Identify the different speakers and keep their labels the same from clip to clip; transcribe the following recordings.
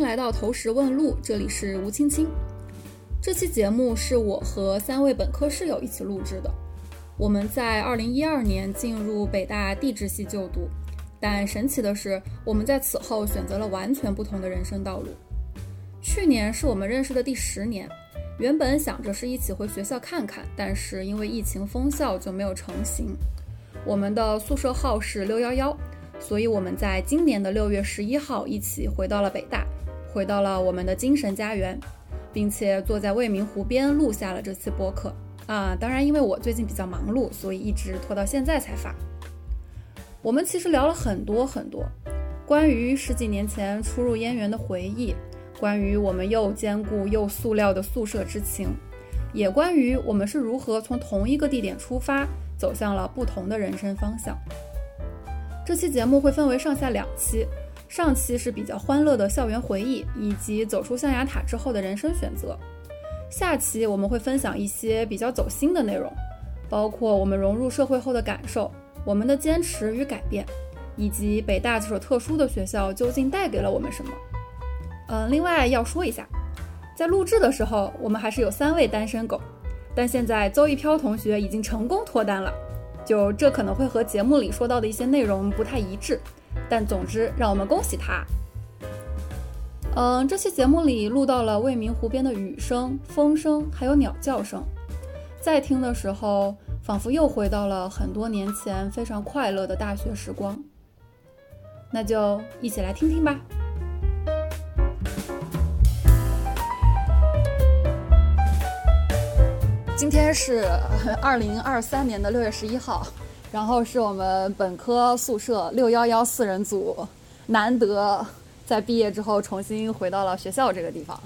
Speaker 1: 来到《投石问路》，这里是吴青青。这期节目是我和三位本科室友一起录制的。我们在二零一二年进入北大地质系就读，但神奇的是，我们在此后选择了完全不同的人生道路。去年是我们认识的第十年，原本想着是一起回学校看看，但是因为疫情封校就没有成行。我们的宿舍号是六幺幺，所以我们在今年的六月十一号一起回到了北大，回到了我们的精神家园。并且坐在未名湖边录下了这期播客啊。当然，因为我最近比较忙碌，所以一直拖到现在才发。我们其实聊了很多很多，关于十几年前初入燕园的回忆，关于我们又坚固又塑料的宿舍之情，也关于我们是如何从同一个地点出发，走向了不同的人生方向。这期节目会分为上下两期。上期是比较欢乐的校园回忆，以及走出象牙塔之后的人生选择。下期我们会分享一些比较走心的内容，包括我们融入社会后的感受、我们的坚持与改变，以及北大这所特殊的学校究竟带给了我们什么。嗯，另外要说一下，在录制的时候我们还是有三位单身狗，但现在邹一飘同学已经成功脱单了，就这可能会和节目里说到的一些内容不太一致。但总之，让我们恭喜他。嗯，这期节目里录到了未名湖边的雨声、风声，还有鸟叫声。在听的时候，仿佛又回到了很多年前非常快乐的大学时光。那就一起来听听吧。今天是 二零二三年的六月十一号。然后是我们本科宿舍六幺幺四人组，难得在毕业之后重新回到了学校这个地方。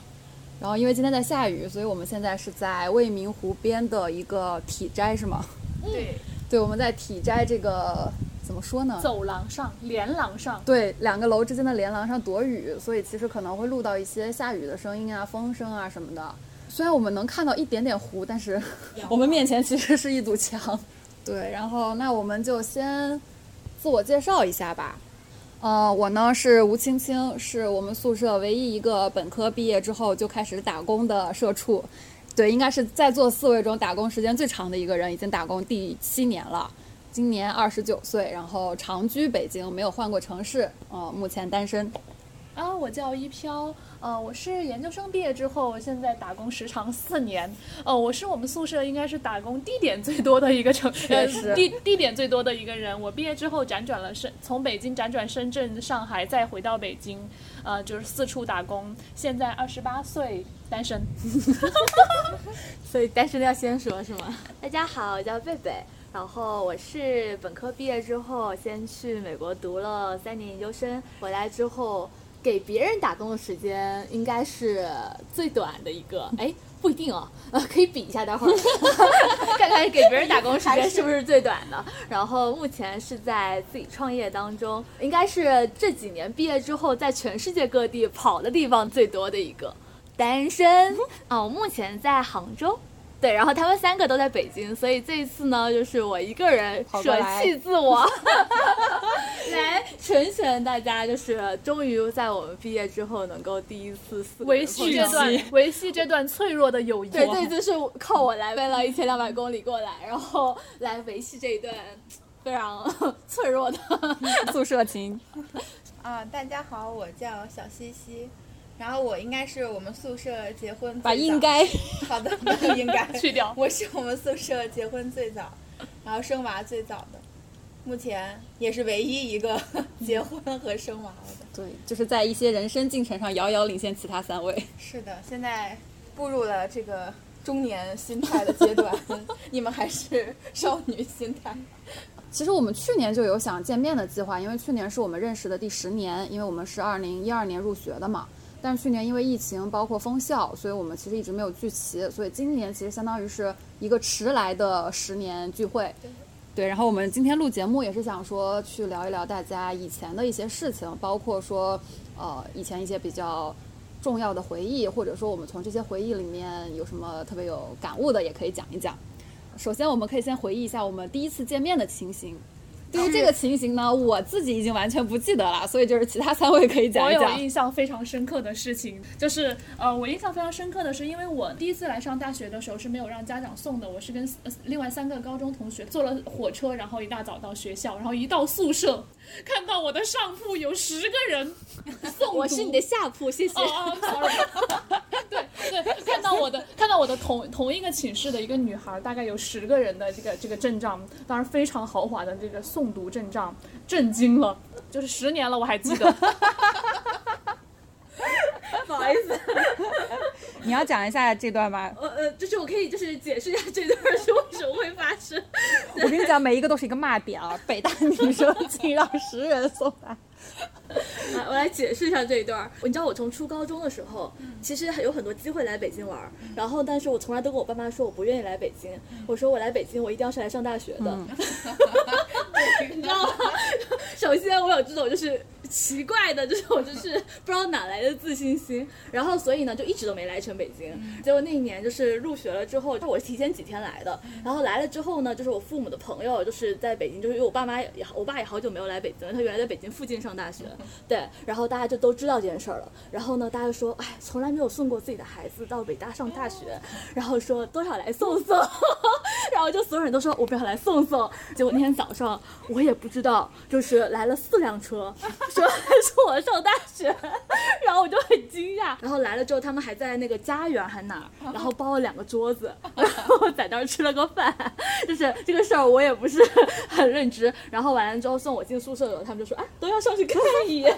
Speaker 1: 然后因为今天在下雨，所以我们现在是在未名湖边的一个体斋，是吗？
Speaker 2: 对，
Speaker 1: 对，我们在体斋这个怎么说呢？
Speaker 2: 走廊上，连廊上，
Speaker 1: 对，两个楼之间的连廊上躲雨，所以其实可能会录到一些下雨的声音啊、风声啊什么的。虽然我们能看到一点点湖，但是 我们面前其实是一堵墙。对，然后那我们就先自我介绍一下吧。呃，我呢是吴青青，是我们宿舍唯一一个本科毕业之后就开始打工的社畜。对，应该是在座四位中打工时间最长的一个人，已经打工第七年了。今年二十九岁，然后长居北京，没有换过城市。呃，目前单身。
Speaker 2: 啊，我叫一飘，呃，我是研究生毕业之后，现在打工时长四年，呃，我是我们宿舍应该是打工地点最多的一个城，呃，地地点最多的一个人。我毕业之后辗转了深，从北京辗转深圳、上海，再回到北京，呃，就是四处打工。现在二十八岁，单身。
Speaker 3: 所以单身要先说，是吗？
Speaker 4: 大家好，我叫贝贝。然后我是本科毕业之后，先去美国读了三年研究生，回来之后。给别人打工的时间应该是最短的一个，哎，不一定哦， 呃，可以比一下，待会儿看看给别人打工时间是不是最短的。然后目前是在自己创业当中，应该是这几年毕业之后，在全世界各地跑的地方最多的一个。单身啊，我、哦、目前在杭州。对，然后他们三个都在北京，所以这一次呢，就是我一个人舍弃自我，来成全大家，就是终于在我们毕业之后能够第一次
Speaker 2: 维系这段维系这段脆弱的友谊。
Speaker 4: 对，这次是靠我来飞了一千两百公里过来，然后来维系这一段非常 脆弱的
Speaker 1: 宿舍情。
Speaker 5: 啊，大家好，我叫小西西。然后我应该是我们宿舍结婚
Speaker 1: 把应该
Speaker 5: 好的应该
Speaker 2: 去掉。
Speaker 5: 我是我们宿舍结婚最早，然后生娃最早的，目前也是唯一一个结婚和生娃的。
Speaker 1: 对，就是在一些人生进程上遥遥领先其他三位。
Speaker 5: 是的，现在步入了这个中年心态的阶 段，你们还是少女心态。
Speaker 1: 其实我们去年就有想见面的计划，因为去年是我们认识的第十年，因为我们是二零一二年入学的嘛。但是去年因为疫情，包括封校，所以我们其实一直没有聚齐。所以今年其实相当于是一个迟来的十年聚会。对，然后我们今天录节目也是想说去聊一聊大家以前的一些事情，包括说呃以前一些比较重要的回忆，或者说我们从这些回忆里面有什么特别有感悟的，也可以讲一讲。首先，我们可以先回忆一下我们第一次见面的情形。对于这个情形呢，我自己已经完全不记得了，所以就是其他三位可以讲一
Speaker 2: 我
Speaker 1: 讲
Speaker 2: 有。印象非常深刻的事情，就是呃，我印象非常深刻的是，因为我第一次来上大学的时候是没有让家长送的，我是跟、呃另外三个高中同学坐了火车，然后一大早到学校，然后一到宿舍，看到我的上铺有十个 人送读
Speaker 1: 我是你的下铺，谢谢。
Speaker 2: 哦哦，sorry，对 对，看到我的看到我的同同一个寝室的一个女孩，大概有十个人的这个这个阵仗，当然非常豪华的这个诵读阵仗，震惊了，就是十年了我还记得。
Speaker 4: 不好意思，
Speaker 1: 你要讲一下这段吗？
Speaker 4: 呃呃，就是我可以就是解释一下这段是为什么会发生。
Speaker 1: 我跟你讲，每一个都是一个骂点啊！ 北大女生竟让十人送来，
Speaker 4: 来， 我来解释一下这一段儿。你知道，我从初高中的时候，其实有很多机会来北京玩儿，然后但是我从来都跟我爸妈说我不愿意来北京，我说我来北京我一定要是来上大学的，嗯 你知道吗？首先我有这种就是奇怪的这种就是不知道哪来的自信心，然后所以呢就一直都没来成北京。结果那一年就是入学了之后，我是提前几天来的，然后来了之后呢，就是我父母的朋友就是在北京，就是因为我爸妈也我爸也好久没有来北京了，他原来在北京附近上大学，对，然后大家就都知道这件事儿了。然后呢，大家就说，哎，从来没有送过自己的孩子到北大上大学，然后说多少来送 送，然后就所有人都说我不要来送送。结果那天早上我也不知道，就是来了四辆车， 说送我上大学， 然后我就很惊讶。然后来了之后，他们还在那个家园还哪儿，然后包了两个桌子，然后在那儿吃了个饭。就是这个事儿我也不是 很认知。然后完了之后送我进宿舍的时候，他们就说，哎，都要上去看一眼。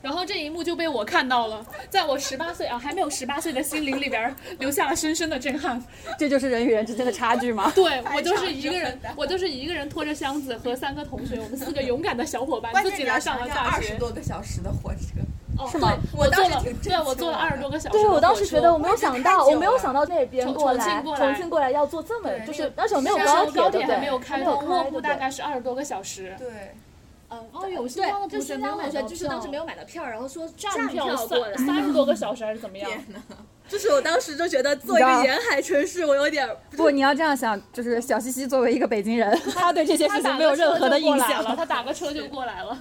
Speaker 2: 然后这一幕就被我看到了，在我十八岁啊还没有十八岁的心灵里边儿留下了深深的震撼。
Speaker 1: 这就是人与人之间的差距吗？
Speaker 2: 对我就是一个人，我就是一个人拖着箱子和三个同学，我们四个勇敢的小伙伴
Speaker 5: 关
Speaker 2: 自
Speaker 5: 键
Speaker 2: 己
Speaker 5: 你要
Speaker 2: 来上
Speaker 5: 想
Speaker 2: 了
Speaker 5: 想
Speaker 2: 大
Speaker 5: 二十
Speaker 2: 学。
Speaker 5: 多个小时的火车，
Speaker 2: 哦，
Speaker 1: 是吗
Speaker 2: 对
Speaker 5: 我
Speaker 2: 我
Speaker 5: 当
Speaker 2: 坐
Speaker 5: 时
Speaker 2: 了
Speaker 5: 挺，震
Speaker 2: 对我
Speaker 5: 惊
Speaker 2: 坐了
Speaker 5: 的
Speaker 2: 二十多个小时的 火
Speaker 4: 对，
Speaker 2: 车。
Speaker 4: 我当时觉得我没有
Speaker 5: 我觉得
Speaker 4: 想
Speaker 5: 太
Speaker 4: 到，
Speaker 5: 久
Speaker 4: 我没有
Speaker 5: 了
Speaker 4: 想到那边
Speaker 2: 重
Speaker 4: 过
Speaker 2: 重庆
Speaker 4: 来，
Speaker 2: 过
Speaker 4: 重
Speaker 2: 来
Speaker 4: 庆过来要坐这么，就是那时候没有
Speaker 2: 那时候
Speaker 4: 高
Speaker 2: 高
Speaker 4: 铁，
Speaker 2: 铁
Speaker 4: 对
Speaker 2: 还没有开
Speaker 4: 没有
Speaker 2: 通，卧
Speaker 4: 开
Speaker 2: 铺
Speaker 4: 对
Speaker 2: 大
Speaker 4: 对
Speaker 2: 概是二十多个小时。
Speaker 5: 对，
Speaker 4: 嗯
Speaker 2: 哦有新
Speaker 4: 对
Speaker 2: 疆的
Speaker 4: 就
Speaker 2: 同学
Speaker 4: 新
Speaker 2: 没有
Speaker 4: 疆
Speaker 2: 买
Speaker 4: 同学
Speaker 2: 到
Speaker 4: 就是
Speaker 2: 票
Speaker 4: 当时哦没有买到票，然后说
Speaker 2: 站
Speaker 4: 票过
Speaker 2: 三
Speaker 4: 来，
Speaker 2: 三十多个小时还是怎么样？
Speaker 4: 就是我当时就觉得做一个沿海城市，我有点儿
Speaker 1: 不，你要这样想，就是小西西作为一个北京人， 他对这些
Speaker 2: 他
Speaker 1: 事情
Speaker 2: 打
Speaker 1: 没有
Speaker 2: 个
Speaker 1: 任
Speaker 2: 车
Speaker 1: 何的
Speaker 2: 就过
Speaker 1: 印
Speaker 2: 来
Speaker 1: 象
Speaker 2: 了，他打个车就过来了。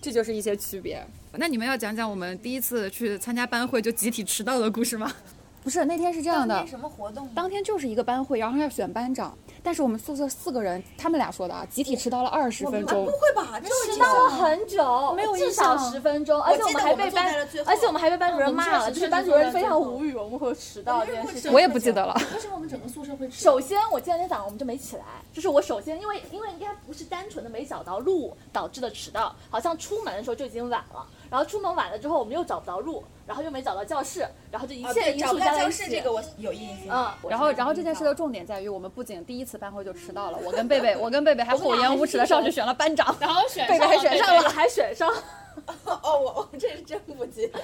Speaker 1: 这就是一些区别。那你们要讲讲我们第一次去参加班会就集体迟到的故事吗？ 不是，那天是这样的
Speaker 5: 当天，什么活动？
Speaker 1: 当天就是一个班会，然后要选班长，但是我们宿舍四个人，他们俩说的啊，集体迟到了二十分钟
Speaker 5: 不。会吧？这么
Speaker 4: 迟
Speaker 5: 印
Speaker 4: 到了
Speaker 5: 象
Speaker 4: 很久，
Speaker 2: 没有
Speaker 4: 至
Speaker 2: 印
Speaker 4: 少
Speaker 2: 象
Speaker 4: 十分钟，而且
Speaker 5: 我
Speaker 4: 们
Speaker 5: 记得
Speaker 4: 还
Speaker 5: 我们
Speaker 4: 被
Speaker 5: 坐在
Speaker 4: 班
Speaker 5: 了最，后
Speaker 4: 而且我们还被班主任
Speaker 2: 嗯我们
Speaker 4: 骂
Speaker 2: 确
Speaker 4: 了，就
Speaker 2: 实
Speaker 4: 是
Speaker 2: 是
Speaker 4: 班主
Speaker 2: 坐在
Speaker 4: 任
Speaker 2: 最
Speaker 4: 非
Speaker 2: 后
Speaker 4: 常无语，我们会有迟到这件事情。
Speaker 1: 我也不记得了，
Speaker 2: 为什么我们整个宿舍会迟到？
Speaker 4: 首先，我今天早上我们就没起来，这是我首先，因为因为应该不是单纯的没找到路导致的迟到，好像出门的时候就已经晚了，然后出门晚了之后我们又找不着路，然后又没找到教室，然后就一
Speaker 5: 啊
Speaker 4: 切
Speaker 5: 对
Speaker 4: 因
Speaker 5: 找
Speaker 4: 素
Speaker 5: 不到
Speaker 4: 加在
Speaker 5: 教
Speaker 4: 一
Speaker 5: 室
Speaker 4: 起，
Speaker 5: 这个我有印象。
Speaker 4: 嗯，
Speaker 1: 然后，然后这件事的重点在于，我们不仅第一次班会就迟到了，我跟贝贝，我跟贝贝还厚颜无耻的上去选了班长，
Speaker 2: 然后选
Speaker 1: 贝贝
Speaker 2: 上
Speaker 1: 还
Speaker 2: 了，
Speaker 1: 选
Speaker 2: 贝
Speaker 1: 上
Speaker 2: 贝
Speaker 1: 了
Speaker 4: 我还选上，
Speaker 1: 嗯
Speaker 5: 哦，我 我这是真不记得。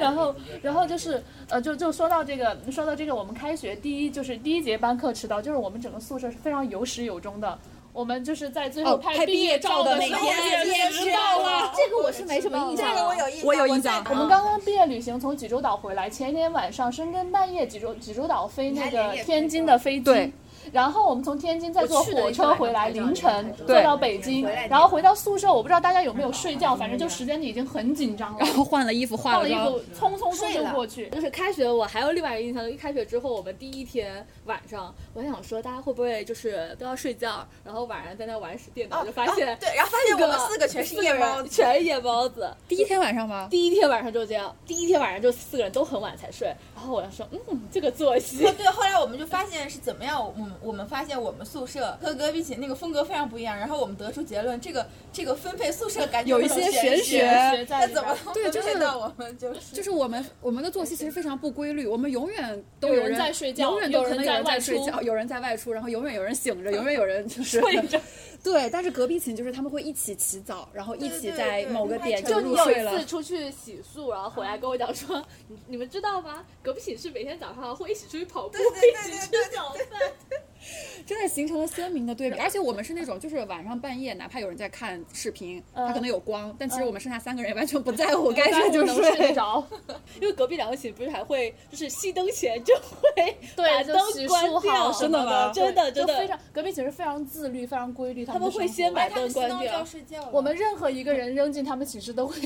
Speaker 2: 然后，然后就是，呃，就就说到这个，说到这个，我们开学第一就是第一节班课迟到，就是我们整个宿舍是非常有始有终的。我们就是在最后
Speaker 1: 哦拍毕
Speaker 2: 毕
Speaker 1: 业照
Speaker 2: 照
Speaker 1: 的
Speaker 2: 的时
Speaker 1: 那
Speaker 2: 候
Speaker 5: 天
Speaker 2: 也迟到了。
Speaker 4: 这个我是没什么印嗯
Speaker 5: 这
Speaker 4: 象
Speaker 5: 个我
Speaker 4: 了。
Speaker 5: 有印象，
Speaker 1: 我有印
Speaker 5: 在哦
Speaker 1: 象
Speaker 5: 场
Speaker 2: 我们刚刚毕业旅行从济州岛回来，前一天晚上深更半夜，济州济州岛飞那个天津的飞
Speaker 1: 对
Speaker 2: 机。然后我们从天津再坐火车回来，凌晨坐到北京
Speaker 5: 回来，
Speaker 2: 然后回到宿舍，我不知道大家有没有睡觉，反正就时间已经很紧张 了
Speaker 1: 然，后换了衣服，化
Speaker 2: 换
Speaker 1: 了
Speaker 2: 了衣
Speaker 1: 妆，
Speaker 2: 服，匆匆匆就过去。
Speaker 4: 就是开学，我还有另外一个印象，一开学之后，我们第一天晚上，我想说大家会不会就是都要睡觉，然后晚上在那玩电脑，就发现
Speaker 5: 哦对，然后发现啊我们四个全是夜猫子，
Speaker 4: 全是夜猫子。
Speaker 1: 第一天晚上吗？
Speaker 4: 第一天晚上就这样，第一天晚上就四个人都很晚才睡。然后我就说，嗯，这个作息
Speaker 5: 哦，对，后来我们就发现是怎么样，我们我们发现我们宿舍和隔壁寝那个风格非常不一样，然后我们得出结论，这个这个分配宿舍感觉
Speaker 1: 有一
Speaker 5: 种
Speaker 1: 些
Speaker 5: 玄
Speaker 1: 玄学
Speaker 2: 学在
Speaker 5: 那
Speaker 2: 里
Speaker 5: 怎么
Speaker 2: 边。
Speaker 5: 能
Speaker 1: 对
Speaker 5: 分
Speaker 1: 就是
Speaker 5: 配到我们就是
Speaker 1: 就是我们我们的作息其实非常不规律，我们永远都
Speaker 2: 有
Speaker 1: 人
Speaker 2: 人在睡觉
Speaker 1: 永远都
Speaker 2: 有
Speaker 1: 可
Speaker 2: 人
Speaker 1: 能
Speaker 2: 在
Speaker 1: 人在
Speaker 2: 外
Speaker 1: 睡
Speaker 2: 出
Speaker 1: 觉，有人在外出，然后永远有人醒着，永远有人就是 对，但是隔壁寝就是他们会一起起早，然后一起
Speaker 5: 对对
Speaker 1: 在
Speaker 5: 对
Speaker 1: 某个
Speaker 5: 太
Speaker 1: 点
Speaker 5: 沉
Speaker 1: 就
Speaker 4: 就
Speaker 1: 入
Speaker 4: 你有
Speaker 1: 睡
Speaker 4: 一
Speaker 1: 了
Speaker 4: 次。出去洗漱，然后回来跟我讲说，你你们知道吗？隔壁寝室每天早上会一起出去跑步，
Speaker 5: 对对对
Speaker 4: 一起
Speaker 5: 对
Speaker 4: 吃早饭。
Speaker 1: 真的形成了鲜明的对比。而且我们是那种，就是晚上半夜，哪怕有人在看视频，他可能有光，但其实我们剩下三个人也完全不在乎，该睡就
Speaker 2: 能睡得
Speaker 1: 睡。
Speaker 2: 着。
Speaker 3: 因为隔壁两个寝不是还会就是熄灯前就会把
Speaker 2: 对，就
Speaker 3: 灯
Speaker 2: 洗
Speaker 3: 关
Speaker 2: 漱
Speaker 3: 掉
Speaker 2: 好
Speaker 3: 什
Speaker 2: 什
Speaker 3: 么
Speaker 2: 么
Speaker 3: 的，真的真
Speaker 2: 就非
Speaker 3: 的
Speaker 2: 常隔壁寝室非常自律，非常规律，他
Speaker 3: 他们
Speaker 2: 的
Speaker 3: 会
Speaker 2: 生
Speaker 3: 先
Speaker 2: 活
Speaker 3: 把
Speaker 5: 他们
Speaker 3: 灯关
Speaker 5: 熄灯就要
Speaker 3: 掉。
Speaker 5: 睡觉了。
Speaker 2: 我们任何一个人扔进他们寝室都会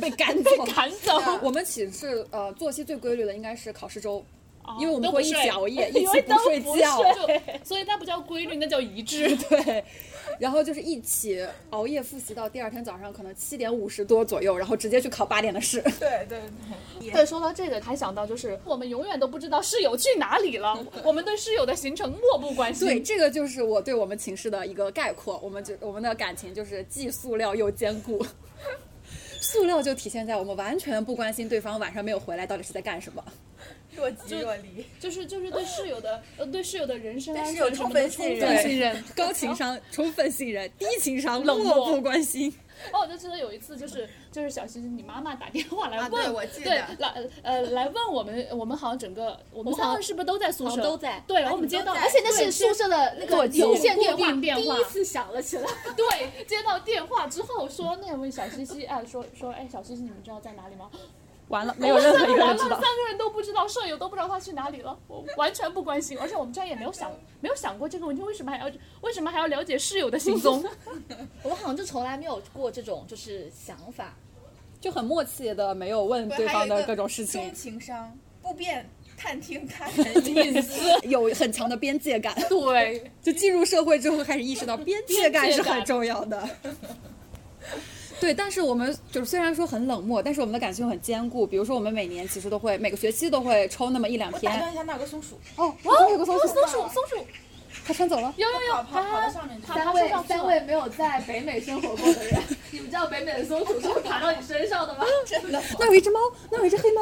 Speaker 1: 被赶走。
Speaker 2: 赶走，
Speaker 1: 我们寝室呃作息最规律的应该是考试周，
Speaker 2: 哦
Speaker 1: 因为我们
Speaker 2: 都
Speaker 1: 会
Speaker 2: 不
Speaker 1: 一
Speaker 2: 睡
Speaker 1: 起熬 夜，一
Speaker 3: 因
Speaker 1: 起
Speaker 3: 为
Speaker 1: 不睡
Speaker 3: 都不
Speaker 1: 觉。
Speaker 2: 就所以那不叫规律，那叫一致。
Speaker 1: 对，然后就是一起熬夜复习到第二天早上可能七点五十多左右，然后直接去考八点的试。
Speaker 5: 对对对，
Speaker 2: 对，说到这个，还想到就是我们永远都不知道室友去哪里了，我们对室友的行程漠不关心。
Speaker 1: 对，，这个就是我对我们寝室的一个概括。我们就我们的感情就是既塑料又坚固。 塑料就体现在我们完全不关心对方晚上没有回来到底是在干 什么。
Speaker 5: 若即若离。
Speaker 2: 就是就是对室友的呃对室友的人身
Speaker 5: 对
Speaker 2: 安
Speaker 5: 室友
Speaker 2: 全什么
Speaker 5: 充分
Speaker 2: 的充
Speaker 5: 信
Speaker 2: 分
Speaker 1: 任
Speaker 2: 信任。
Speaker 1: 高情商充分信任，低情商
Speaker 2: 冷漠
Speaker 1: 漠不关心。
Speaker 2: 哦，我就记得有一次，就是就是小西，你妈妈打电话来
Speaker 5: 啊
Speaker 2: 问，
Speaker 5: 对我记
Speaker 2: 对
Speaker 5: 得
Speaker 2: 来呃来问我们，我们好像整个我们
Speaker 4: 我们
Speaker 2: 三
Speaker 4: 好
Speaker 2: 个是不是都在宿
Speaker 4: 好
Speaker 2: 舍？
Speaker 4: 像都在
Speaker 2: 对，然后我们
Speaker 5: 你
Speaker 2: 接
Speaker 5: 都
Speaker 2: 到，
Speaker 5: 在
Speaker 4: 而且那
Speaker 2: 对
Speaker 4: 是宿舍的那个有线电话，
Speaker 2: 电话
Speaker 4: 第一次响了起来。
Speaker 2: 对，接到电话之后说，那位小西西，哎，说说，哎，小西西，你们知道在哪里吗？
Speaker 1: 完了，没
Speaker 2: 我们三个人，三个人都不知道，舍友都不知道他去哪里了，我完全不关心，而且我们居然也没有想没有想过这个问题，为什么还要为什么还要了解室友的行 踪？
Speaker 3: 我好像就从来没有过这种就是想 法，
Speaker 1: 就很默契的没有问对方的各种事
Speaker 5: 中
Speaker 1: 情，
Speaker 5: 情商，不便探听他 人隐私。
Speaker 1: 有很强的边界感。
Speaker 2: 对，
Speaker 1: 就进入社会之后开始意识到边界感是很重要的。 对，但是我们就是虽然说很冷漠，但是我们的感情很坚固。比如说，我们每年其实都会每个学期都会抽那么一两
Speaker 5: 我打
Speaker 1: 天。
Speaker 5: 断一下，那有个松鼠，
Speaker 1: 哦，我有个松鼠，
Speaker 2: 松鼠松鼠，
Speaker 1: 它穿走了。
Speaker 2: 有有有，
Speaker 5: 跑跑跑到
Speaker 2: 啊
Speaker 5: 上面去。
Speaker 2: 爬
Speaker 4: 三
Speaker 2: 到树上
Speaker 4: 位
Speaker 2: 去
Speaker 4: 三
Speaker 2: 了。
Speaker 4: 位没有在北美生活过的 人，你们知道北美的松鼠是会爬到你身上的吗？
Speaker 1: 那有一只猫，那有一只黑猫，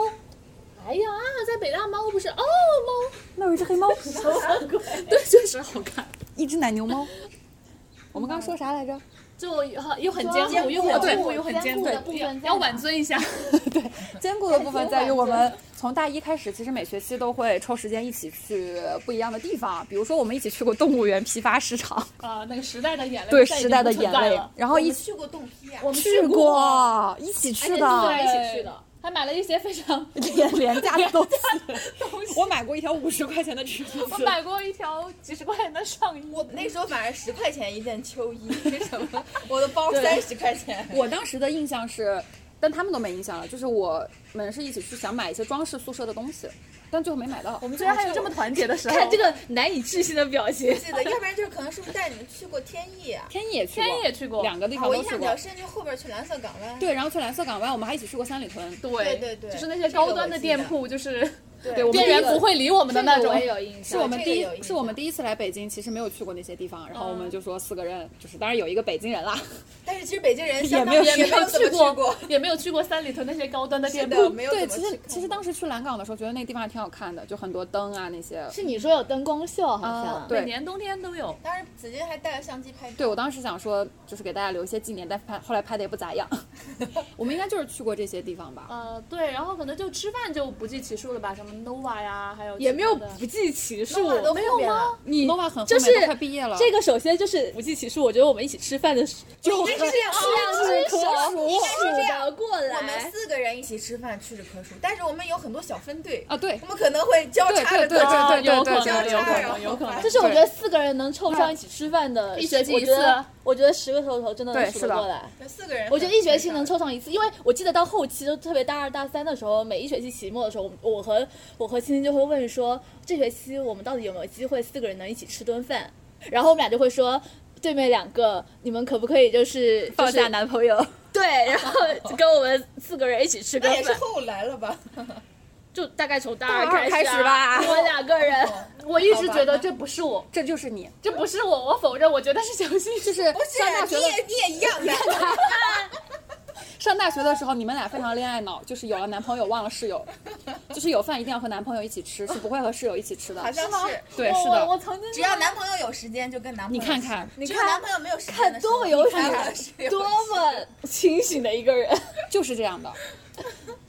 Speaker 2: 哎呀，在北大猫不是哦
Speaker 1: 那有一只黑猫，
Speaker 2: 猫， 对，确实好看，
Speaker 1: 一只奶牛猫。我们刚刚说啥来着？
Speaker 2: 就很又很坚固，又
Speaker 4: 坚
Speaker 2: 很
Speaker 4: 固
Speaker 2: 坚固，
Speaker 4: 对
Speaker 2: 又很坚固
Speaker 4: 坚固的部分在哪
Speaker 2: 要挽尊一下。
Speaker 1: 坚固的部分在于我们从大一开始，其实每学期都会抽时间一起去不一样的地方。比如说，我们一起去过动物园、批发市场，
Speaker 2: 啊，那个时代的眼泪，
Speaker 1: 对
Speaker 2: 现在已
Speaker 1: 时
Speaker 2: 经
Speaker 1: 代的
Speaker 2: 不存
Speaker 1: 眼
Speaker 2: 在
Speaker 1: 泪
Speaker 2: 了，，
Speaker 1: 然后
Speaker 5: 我
Speaker 1: 一
Speaker 5: 们
Speaker 1: 起
Speaker 5: 去过洞批啊，
Speaker 2: 我们
Speaker 1: 去过，一起去
Speaker 2: 对
Speaker 1: 的，
Speaker 2: 哎一起去的，还买了一些非常
Speaker 1: 连廉价的东西。我买过一条五十块钱的裙子，
Speaker 2: 我买过一条几十块钱的上衣，
Speaker 5: 我那时候反而十块钱一件秋衣，为什么？我的包三十块钱。
Speaker 1: 我当时的印象是，但他们都没印象了。就是我们是一起去想买一些装饰宿舍的东西，但最后没买到。
Speaker 2: 我们居然还有这么团结的时候。
Speaker 4: 看这个 难以置信的表情，
Speaker 5: 记得，要不然就是可能是不是带你们去过天意啊？
Speaker 1: 天一也去过，
Speaker 2: 天一也去过，
Speaker 1: 两个地
Speaker 5: 啊
Speaker 1: 方
Speaker 5: 我
Speaker 1: 都
Speaker 5: 印
Speaker 1: 去
Speaker 5: 象比
Speaker 1: 过
Speaker 5: 较。深，就后边去蓝色港湾。
Speaker 1: 对，然后去蓝色港湾，我们还一起去过三里屯。
Speaker 2: 对
Speaker 5: 对对对
Speaker 2: 就是那些高端的店铺，就是
Speaker 5: 对
Speaker 1: 我们
Speaker 2: 店员不会理我们的那
Speaker 4: 这个
Speaker 2: 种
Speaker 4: 我。也有印象。
Speaker 1: 是我们
Speaker 5: 这
Speaker 1: 第
Speaker 5: 个
Speaker 1: 一
Speaker 5: 有印，
Speaker 1: 是我们第一次来北京，其实没有去过那些地方。然后我们就说四个人，就是当然有一个北京人啦，
Speaker 5: 但是其实北京人相当于
Speaker 2: 也没
Speaker 5: 没
Speaker 2: 有
Speaker 5: 怎么
Speaker 2: 过，
Speaker 5: 过。
Speaker 2: 也没有去过三里屯那些高端的
Speaker 5: 是
Speaker 2: 店
Speaker 5: 的，
Speaker 2: 铺。
Speaker 5: 没有
Speaker 1: 对，
Speaker 5: 怎么
Speaker 1: 其
Speaker 5: 去
Speaker 1: 实
Speaker 5: 看
Speaker 1: 其实当时去蓝港的时候，觉得那个地方还挺好看的，就很多灯啊那些。
Speaker 4: 是你说有灯光秀，好像、
Speaker 1: 啊对
Speaker 2: 每年冬天都有。
Speaker 5: 当时子君还带了相机拍
Speaker 1: 对
Speaker 5: 照。
Speaker 1: 我当时想说，就是给大家留一些纪念，但拍后来拍的也不咋样。 我们应该就是去过这些地方
Speaker 4: 啊
Speaker 1: 吧？
Speaker 2: 呃，对，然后可能就吃饭就不计其数了吧，什么 nova 呀，还有
Speaker 4: 也没有
Speaker 2: 其他的
Speaker 4: 不计其数。
Speaker 5: 我都
Speaker 2: 没有吗？
Speaker 1: 你 nova 很后
Speaker 4: 就
Speaker 1: 面
Speaker 4: 是
Speaker 1: 都快毕业了，
Speaker 4: 这个首先就是不计其数，我觉得我们一起吃饭的时就
Speaker 5: 应该是这样，
Speaker 4: 指可数的过
Speaker 5: 我们。四个人一起吃饭，屈指可数。但是我们有很多小分队，
Speaker 1: 啊对
Speaker 5: 我们可能会交
Speaker 1: 对
Speaker 5: 叉
Speaker 1: 对
Speaker 5: 着
Speaker 1: 对
Speaker 5: 做。
Speaker 1: 对对
Speaker 2: 有
Speaker 1: 对
Speaker 2: 可
Speaker 1: 对
Speaker 5: 交
Speaker 2: 能，
Speaker 1: 对
Speaker 2: 啊有可
Speaker 5: 叉，然
Speaker 2: 能，有
Speaker 5: 后
Speaker 2: 可 能。
Speaker 4: 就是我觉得四个人能凑上一起吃饭的，
Speaker 2: 一学期
Speaker 4: 我
Speaker 2: 一
Speaker 4: 觉得
Speaker 2: 次
Speaker 4: 我觉得十个手头真
Speaker 1: 对
Speaker 4: 的
Speaker 1: 是
Speaker 4: 数得
Speaker 1: 的
Speaker 4: 过来。
Speaker 5: 有四个人，
Speaker 4: 我觉得一学期能抽上一次，因为我记得到后期，就特别大二大三的时候，每一学期期末的时候，我们我和我和青青就会问说，这学期我们到底有没有机会四个人能一起吃顿饭？然后我们俩就会说，对面两个，你们可不可以就是
Speaker 1: 放下
Speaker 4: 男朋友？对，然后跟我们四个人一起吃个
Speaker 5: 那也是
Speaker 4: 饭，
Speaker 5: 后来了 吧？
Speaker 4: 就大概从大二
Speaker 1: 大二
Speaker 4: 开
Speaker 2: 啊
Speaker 4: 始,、
Speaker 1: 开始吧
Speaker 4: 我们两个人，
Speaker 2: 我一直觉得这不是我，
Speaker 1: 这就是你，
Speaker 2: 这不是我，我否认，我觉得是小西。
Speaker 1: 就是
Speaker 5: 不是
Speaker 1: 上大，学
Speaker 5: 你
Speaker 1: 的
Speaker 5: 也啊你也一样的。
Speaker 1: 上大学的时候，你们俩非常恋爱脑，就是有了男朋友忘了室友，就是有饭一定要和男朋友一起吃，是不会和室友一起吃
Speaker 5: 好
Speaker 1: 的。
Speaker 5: 像是，
Speaker 1: 对，
Speaker 4: 我
Speaker 1: 是
Speaker 4: 我
Speaker 1: 的，
Speaker 4: 我曾经
Speaker 5: 只要男朋友有时间就跟男朋
Speaker 1: 你
Speaker 5: 友。
Speaker 1: 看，看，
Speaker 5: 只有男朋友没有时间的
Speaker 4: 看
Speaker 5: 时候，
Speaker 4: 多么有
Speaker 5: 你看
Speaker 4: 理，多么清醒的一个人，
Speaker 1: 就是这样的。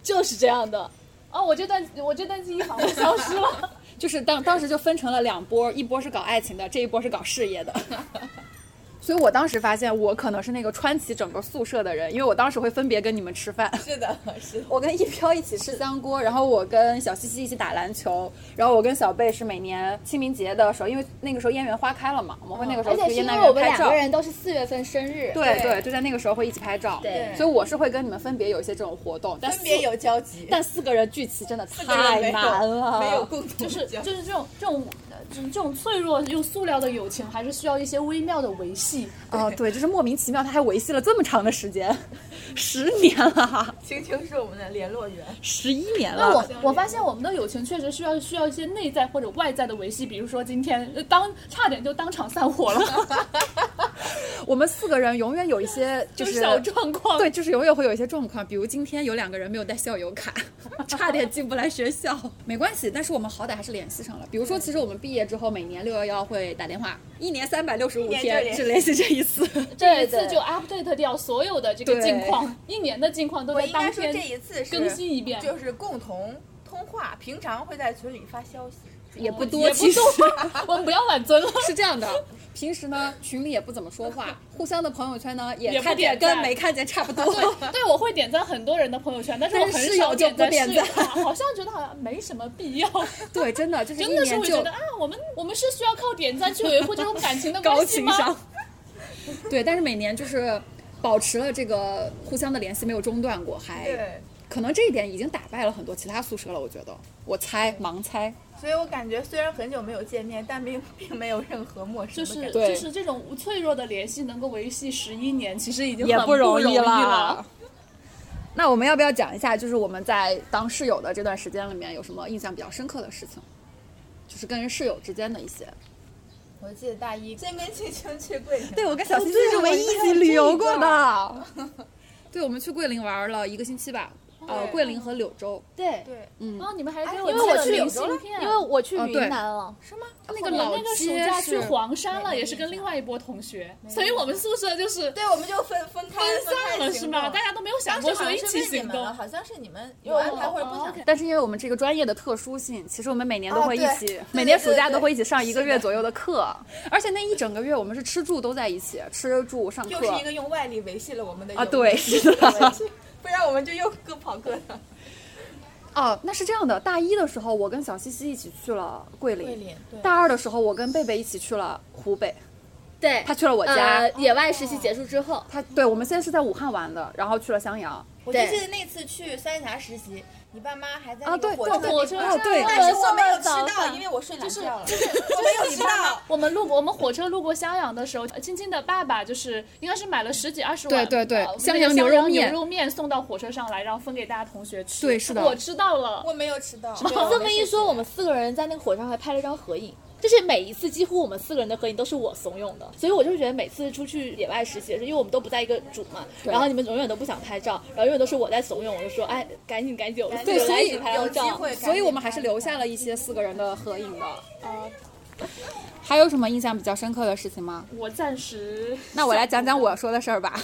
Speaker 4: 就是这样的。
Speaker 2: 哦，我这段我这段记忆好像消失了。
Speaker 1: 就是当当时就分成了两波，一波是搞爱情的，这一波是搞事业的。 所以我当时发现，我可能是那个穿起整个宿舍的人，因为我当时会分别跟你们吃饭。
Speaker 5: 是的， 是的。
Speaker 1: 我跟一飘一起吃香锅，然后我跟小西西一起打篮球，然后我跟小贝是每年清明节的时候，因为那个时候燕园花开了嘛，我们会那个时
Speaker 4: 而
Speaker 5: 哦
Speaker 1: 候
Speaker 4: 且
Speaker 1: 去
Speaker 4: 是
Speaker 1: 燕
Speaker 4: 因
Speaker 1: 南
Speaker 4: 为我
Speaker 1: 园
Speaker 4: 们
Speaker 1: 拍
Speaker 4: 两
Speaker 1: 照
Speaker 4: 个。人都是四月份生日，
Speaker 1: 对
Speaker 5: 对
Speaker 1: 对，就在那个时候会一起拍照。
Speaker 4: 对
Speaker 1: 所以我是会跟你们分别有一些这种活动，但
Speaker 5: 分别
Speaker 1: 四
Speaker 5: 有交集，
Speaker 1: 但四个人聚齐真的
Speaker 5: 四个人
Speaker 1: 太
Speaker 5: 没有
Speaker 1: 难了，
Speaker 5: 没有共 同
Speaker 2: 就是
Speaker 5: 交集
Speaker 2: 就是这种这种呃这这种脆弱又塑料的友情，还是需要一些微妙的维系。
Speaker 1: 哦，对，就是莫名其妙，他还维系了这么长的时间，十年了，
Speaker 5: 青青是我们的联络员，
Speaker 1: 十一年
Speaker 2: 那我
Speaker 1: 了。
Speaker 2: 我发现我们的友情确实需要需要一些内在或者外在的维系，比如说今天呃当差点就当场散伙了，
Speaker 1: 我们四个人永远有一些就
Speaker 2: 就是
Speaker 1: 是
Speaker 2: 小状况。
Speaker 1: 对，就是永远会有一些状况，比如今天有两个人没有带校友卡， 差点进不来学校。没关系，但是我们好歹还是联系上了。比如说，其实我们毕业之后，每年六幺幺会打电话，一年三百六十五
Speaker 5: 年就
Speaker 1: 天
Speaker 5: 联
Speaker 1: 只联系这一次。
Speaker 2: 这一
Speaker 4: 对
Speaker 2: 次
Speaker 4: 对
Speaker 2: 就 update 掉所有的这个
Speaker 1: 对
Speaker 2: 近况，一年的近况都
Speaker 5: 我
Speaker 2: 在
Speaker 5: 应
Speaker 2: 当
Speaker 5: 该说这
Speaker 2: 天
Speaker 5: 一次是
Speaker 2: 更新一遍。
Speaker 5: 就是共同通话，平常会在群里发消息。
Speaker 1: 哦也不
Speaker 2: 也
Speaker 1: 多，
Speaker 2: 不
Speaker 1: 其实
Speaker 2: 我们不要晚尊了，
Speaker 1: 是这样的。平时呢，群里也不怎么说话，互相的朋友圈呢
Speaker 2: 也
Speaker 1: 也
Speaker 2: 不
Speaker 1: 看见
Speaker 2: 点
Speaker 1: 跟
Speaker 2: 赞
Speaker 1: 没看见差不多。
Speaker 2: 对，我会点赞很多人的朋友圈，但是我
Speaker 1: 但是
Speaker 2: 很
Speaker 1: 室友
Speaker 2: 少
Speaker 1: 就
Speaker 2: 点
Speaker 1: 不
Speaker 2: 赞
Speaker 1: 点
Speaker 2: 室友
Speaker 1: 赞
Speaker 2: 啊， 好像觉得好像没什么必要。
Speaker 1: 对，真的就是一
Speaker 2: 真的是
Speaker 1: 年
Speaker 2: 会
Speaker 1: 就
Speaker 2: 觉得啊，我们我们是需要靠点赞去维护这种感情 的
Speaker 1: 高
Speaker 2: 关系
Speaker 1: 情
Speaker 2: 吗？
Speaker 1: 商。对，但是每年就是保持了这个互相的联系，没有中断过，还
Speaker 5: 对，
Speaker 1: 可能这一点已经打败了很多其他宿舍了。我觉得，我猜，盲猜，
Speaker 5: 所以我感觉虽然很久没有见面，但并并没有任何陌生
Speaker 2: 就
Speaker 5: 的感
Speaker 2: 是
Speaker 5: 觉。
Speaker 1: 对
Speaker 2: 就是这种脆弱的联系能够维系十一年，其实已经
Speaker 1: 也
Speaker 2: 很不
Speaker 1: 容
Speaker 2: 易
Speaker 1: 啦。。那我们要不要讲一下，就是我们在当室友的这段时间里面有什么印象比较深刻的事情？就是跟室友之间的一些。
Speaker 5: 我记得大一先跟青青去桂林，
Speaker 1: 哦对，我跟小新
Speaker 4: 对
Speaker 1: 是唯一一起旅游过
Speaker 4: 我
Speaker 1: 的。 对，我们去桂林玩了一个星期吧，呃，桂林和柳州。
Speaker 4: 对，
Speaker 5: 对，
Speaker 1: 嗯，
Speaker 2: 哦，你们还给
Speaker 4: 因
Speaker 2: 我
Speaker 4: 为
Speaker 2: 寄
Speaker 4: 我
Speaker 2: 了
Speaker 4: 去
Speaker 2: 明
Speaker 4: 柳州
Speaker 2: 信
Speaker 4: 了，
Speaker 2: 片，
Speaker 4: 因为我去
Speaker 1: 哦
Speaker 4: 云
Speaker 1: 对
Speaker 4: 南了，
Speaker 5: 是吗？
Speaker 1: 那
Speaker 2: 我
Speaker 1: 个老
Speaker 2: 那个暑
Speaker 1: 街
Speaker 2: 假去
Speaker 1: 是
Speaker 2: 黄山了，
Speaker 5: 没
Speaker 2: 也是跟
Speaker 5: 印象
Speaker 2: 另外一波同学，所以我们宿舍就是
Speaker 5: 对，我们就分分开
Speaker 2: 分散
Speaker 5: 开
Speaker 2: 了，
Speaker 5: 行
Speaker 2: 是吗？
Speaker 5: 动
Speaker 2: 大家都没有想
Speaker 5: 当
Speaker 2: 过
Speaker 5: 时好
Speaker 2: 说
Speaker 5: 像
Speaker 2: 一
Speaker 5: 是
Speaker 2: 起
Speaker 5: 问你
Speaker 2: 行
Speaker 5: 们了，
Speaker 2: 动。
Speaker 5: 好像是你们有安排或者不 想。
Speaker 1: 但是因为我们这个专业的特殊性，其实我们每年都会一
Speaker 5: 啊对
Speaker 1: 起，
Speaker 5: 对
Speaker 1: 每年暑
Speaker 5: 对
Speaker 1: 假
Speaker 5: 对
Speaker 1: 都会一起上一个
Speaker 5: 是
Speaker 1: 月
Speaker 5: 的
Speaker 1: 左右的课，而且那一整个月我们是吃住都在一起，吃住上
Speaker 5: 又是
Speaker 1: 课
Speaker 5: 一个用外力维系了我们的
Speaker 1: 啊，
Speaker 5: 友谊
Speaker 1: 对，，是的，
Speaker 5: 不然我们就又各跑各的。
Speaker 1: 哦，那是这样的，大一的时候我跟小西西一起去了桂
Speaker 5: 桂
Speaker 1: 林，
Speaker 5: 林，对，
Speaker 1: 大二的时候我跟贝贝一起去了湖北，
Speaker 4: 对，
Speaker 1: 他去了我家
Speaker 4: 呃，，野外实习结束之后，
Speaker 1: 他对我们现在是在武汉玩的，然后去了襄阳，
Speaker 5: 我就
Speaker 4: 对
Speaker 5: 记得那次去三峡实习，你爸妈还在
Speaker 1: 啊
Speaker 5: 哎那个
Speaker 1: 对
Speaker 5: 火
Speaker 1: 在
Speaker 5: 车
Speaker 2: 火
Speaker 5: 地
Speaker 2: 车
Speaker 5: 方
Speaker 1: 啊对
Speaker 5: 但是我没有吃
Speaker 4: 早
Speaker 5: 到，
Speaker 4: 饭
Speaker 5: 因为我睡懒
Speaker 2: 是
Speaker 5: 觉了，
Speaker 2: 就是
Speaker 5: 我没有吃到。
Speaker 2: 我们路过，我们火车路过襄阳的时候，青青的爸爸就是应该是买了十几二十碗，
Speaker 1: 对对对
Speaker 2: 呃
Speaker 1: 襄
Speaker 2: 那个
Speaker 1: 阳
Speaker 2: 阳
Speaker 1: 牛肉面
Speaker 2: 牛肉面送到火车上来，然后分给大家同学吃。
Speaker 1: 对是的
Speaker 2: 我吃到了。
Speaker 5: 我没有吃到。 对
Speaker 4: 这么一说，我们四个人在那个火车上还拍了一张合影。就是每一次，几乎我们四个人的合影都是我怂恿的，所以我就觉得每次出去野外实习的时候，因为我们都不在一个组嘛，
Speaker 1: 对
Speaker 4: 然后你们永远都不想拍照，然后永远都是我在怂恿，我就说，哎，赶紧赶紧，我们四
Speaker 1: 对，
Speaker 4: 个人
Speaker 1: 所
Speaker 4: 来一
Speaker 1: 以
Speaker 4: 起拍张
Speaker 5: 有机
Speaker 4: 照。
Speaker 5: 会
Speaker 1: 所以我们还是留下了一些四个人的合影的。还有什么印象比较深刻的事情吗？
Speaker 2: 我暂时
Speaker 1: 那我来讲讲我说的事儿吧。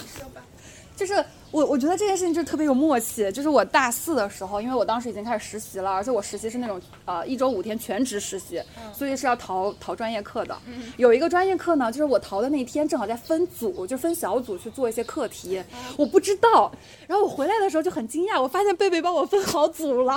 Speaker 1: 就是我，我觉得这件事情就是特别有默契。就是我大四的时候，因为我当时已经开始实习了，而且我实习是那种呃一周五天全职实习，
Speaker 4: 嗯
Speaker 1: 所以是要逃逃专业课的。有一个专业课呢，就是我逃的那天正好在分组，就分小组去做一些课题，
Speaker 4: 嗯
Speaker 1: 我不知道。然后我回来的时候就很惊讶，我发现贝贝帮我分好组了。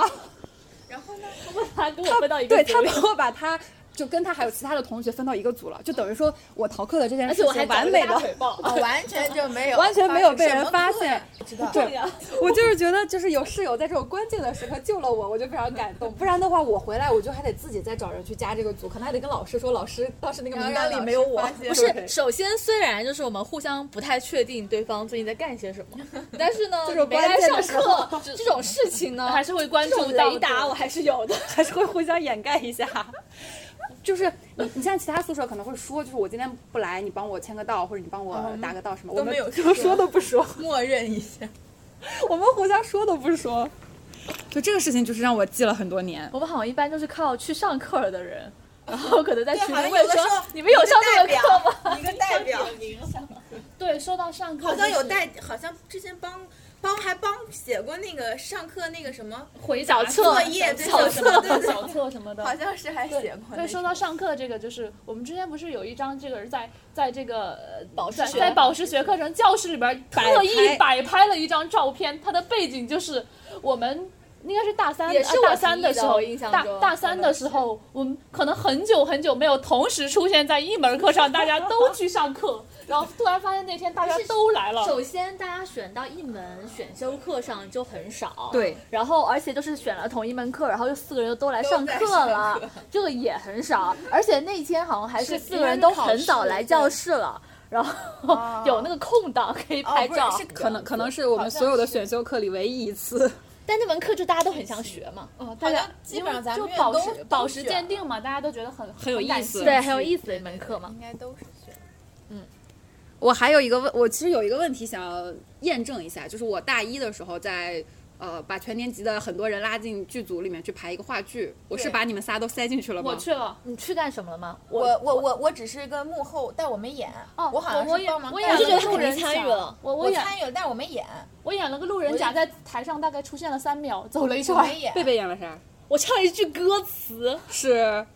Speaker 5: 然后呢？
Speaker 4: 他跟 我分到一个
Speaker 1: 对
Speaker 4: 组
Speaker 1: 他帮我把他就跟他还有其他的同学分到一个组了，就等于说我逃课的这件
Speaker 4: 而
Speaker 1: 事
Speaker 4: 且我还
Speaker 1: 情
Speaker 4: 找了
Speaker 1: 完
Speaker 4: 个
Speaker 1: 美
Speaker 4: 大
Speaker 1: 的。
Speaker 4: 腿 抱。
Speaker 5: 哦，完全就没有，
Speaker 1: 完全没有被人发 现，
Speaker 5: 知道。
Speaker 1: 对，我就是觉得就是有室友在这种关键的时刻救了我，我就非常感动。不然的话，我回来我就还得自己再找人去加这个组，可能还得跟老师说，老师当时那个名单里没有我。
Speaker 5: 不
Speaker 4: 不是，首先虽然就是我们互相不太确定对方最近在干些什 么，但是呢，
Speaker 1: 这种
Speaker 4: 没
Speaker 1: 关
Speaker 4: 来
Speaker 1: 键
Speaker 4: 上
Speaker 1: 的时候
Speaker 4: 课这种事 情呢，
Speaker 2: 还是会关
Speaker 4: 这种
Speaker 2: 注到
Speaker 4: 雷达我
Speaker 2: 的。
Speaker 4: 还是有的。
Speaker 1: 还是会互相掩盖一下。就是你，你像其他宿舍可能会说，就是我今天不来，你帮我签个到，或者你帮我搭个到什么，我
Speaker 5: 都
Speaker 1: 们
Speaker 5: 没有
Speaker 1: 就
Speaker 5: 说
Speaker 1: 说都不说。
Speaker 5: 默认一下。
Speaker 1: 我们互相说都不说。就这个事情，就是让我记了很多年。
Speaker 4: 我们好像一般都是靠去上课的 人，然后可能在
Speaker 5: 对，
Speaker 4: 群
Speaker 5: 好像
Speaker 4: 里
Speaker 5: 有
Speaker 4: 问
Speaker 5: 的时
Speaker 4: 说
Speaker 5: 候
Speaker 4: 你们有上这个课吗？
Speaker 5: 吗？一个代表，
Speaker 2: 对，说到上课，
Speaker 5: 好像有
Speaker 2: 就是
Speaker 5: 代，好像之前帮帮还帮写过那个上课那个什么，
Speaker 2: 回
Speaker 4: 小
Speaker 2: 答
Speaker 4: 册
Speaker 5: 作业对
Speaker 2: 小
Speaker 5: 小册
Speaker 2: 册
Speaker 5: 对对对
Speaker 2: 小册什么的，
Speaker 5: 好像是还写过那
Speaker 2: 对，
Speaker 5: 个。
Speaker 2: 说到上课这个，就是我们之前不是有一章，这个是在在这个呃
Speaker 3: 宝石
Speaker 2: 在
Speaker 3: 学
Speaker 2: 在宝石学课程教室里边特意摆拍了一张照片，它的背景就是我们。应该是大三，
Speaker 4: 也是
Speaker 2: 呃
Speaker 4: 我
Speaker 2: 大三
Speaker 4: 提
Speaker 2: 的
Speaker 4: 议的
Speaker 2: 时候
Speaker 4: 我印，象
Speaker 2: 大
Speaker 4: 中
Speaker 2: 大三的时候，我们可能很久很久没有同时出现在一门课上，大家都去上课，然后突然发现那天大家都来了，
Speaker 4: 首先，大家选到一门选修课上就很少，
Speaker 1: 对。
Speaker 4: 然后，而且就是选了同一门课，然后就四个人就都来
Speaker 5: 都
Speaker 4: 上
Speaker 5: 在
Speaker 4: 课
Speaker 5: 上
Speaker 4: 了， 这个也很少。而且那天好像还
Speaker 5: 是
Speaker 4: 是四
Speaker 5: 应
Speaker 4: 个
Speaker 5: 该
Speaker 4: 人
Speaker 5: 是
Speaker 4: 都
Speaker 5: 考
Speaker 4: 很早
Speaker 5: 试
Speaker 4: 来
Speaker 5: 对
Speaker 4: 教室了，然后有那个空档可以
Speaker 5: 哦
Speaker 4: 拍
Speaker 5: 不是
Speaker 4: 照。
Speaker 5: 是
Speaker 1: 可能可能是我们所有的选修课里唯一一次，
Speaker 4: 但那门课就大家都很想学嘛，
Speaker 2: 哦，
Speaker 5: 好像基本上咱
Speaker 2: 就
Speaker 5: 们院
Speaker 2: 宝
Speaker 5: 都
Speaker 2: 石
Speaker 5: 都
Speaker 2: 宝石
Speaker 5: 选
Speaker 2: 鉴定嘛，大家都觉得很
Speaker 1: 很有
Speaker 2: 感
Speaker 1: 意思
Speaker 2: 兴
Speaker 4: 对，
Speaker 2: 趣
Speaker 4: 很有意思的一门课嘛。
Speaker 5: 应该都是选。
Speaker 1: 我还有一个问，我其实有一个问题想要验证一下，就是我大一的时候在呃把全年级的很多人拉进剧组里面去排一个话剧，我是
Speaker 5: 对
Speaker 1: 把你们仨都塞进去了吗？
Speaker 2: 我去了。
Speaker 4: 你去干什么了吗？
Speaker 5: 我我我我只是个幕后，但我没演。
Speaker 2: 哦
Speaker 5: 我好像
Speaker 2: 我
Speaker 5: 是
Speaker 2: 也
Speaker 5: 帮忙
Speaker 2: 我也
Speaker 5: 带的。
Speaker 2: 是觉得
Speaker 4: 他肯定参与了
Speaker 2: 我我
Speaker 5: 我
Speaker 2: 演
Speaker 5: 参与了，但我没演，
Speaker 2: 我演了个路人甲，在台上大概出现了三秒，走了一圈
Speaker 5: 我。 没演。
Speaker 1: 贝贝演了啥？
Speaker 4: 我唱了一句歌词，
Speaker 1: 是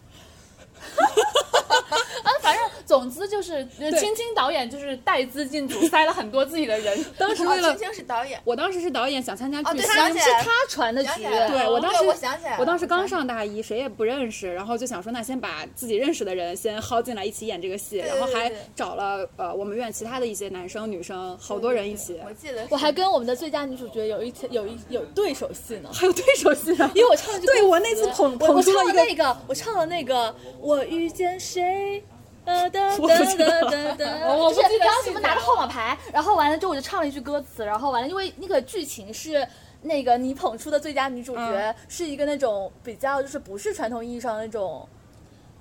Speaker 2: 啊反正总之就是，呃青青导演就是带资进组，塞了很多自己的人。
Speaker 1: 当时
Speaker 5: 哦
Speaker 1: 为了
Speaker 5: 青青是导演。
Speaker 1: 我当时是导演，想参加
Speaker 5: 哦，
Speaker 1: 剧
Speaker 5: 对，
Speaker 1: 社，
Speaker 5: 想起
Speaker 4: 是
Speaker 5: 来了
Speaker 4: 他，传的
Speaker 5: 想
Speaker 4: 局
Speaker 5: 起。来了。哦
Speaker 1: 对我当时
Speaker 5: 对我想起来了，
Speaker 1: 我当时刚
Speaker 5: 想起来了。
Speaker 1: 上大一，谁也不认识，然后就想说，那先把自己认识的人先薅进来一起演这个戏，
Speaker 5: 对
Speaker 1: 然后还
Speaker 5: 对对
Speaker 1: 找了呃我们院其他的一些男生女生，好多人一起，
Speaker 5: 我记得是
Speaker 4: 我还跟我们的最佳女主角有一天有一有对手戏呢。
Speaker 1: 还有对手戏呢，
Speaker 4: 因为我唱的就
Speaker 1: 对我那次捧
Speaker 4: 我
Speaker 1: 捧
Speaker 4: 我
Speaker 1: 出
Speaker 4: 唱
Speaker 1: 了
Speaker 4: 了
Speaker 1: 一个
Speaker 4: 那个，我唱了那个，我遇见谁。哒哒
Speaker 1: 我
Speaker 4: 哒
Speaker 1: 不记得
Speaker 4: 哒哒 哒，
Speaker 2: 我
Speaker 4: 就
Speaker 2: 不
Speaker 4: 是
Speaker 2: 记得
Speaker 4: 然后
Speaker 2: 细
Speaker 4: 什么
Speaker 2: 节
Speaker 4: 拿着
Speaker 2: 了
Speaker 4: 号码牌，然后完了之后我就唱了一句歌词，然后完了，因为那个剧情是那个你捧出的最佳女主角是一个那种比较就是不是传统意义上那种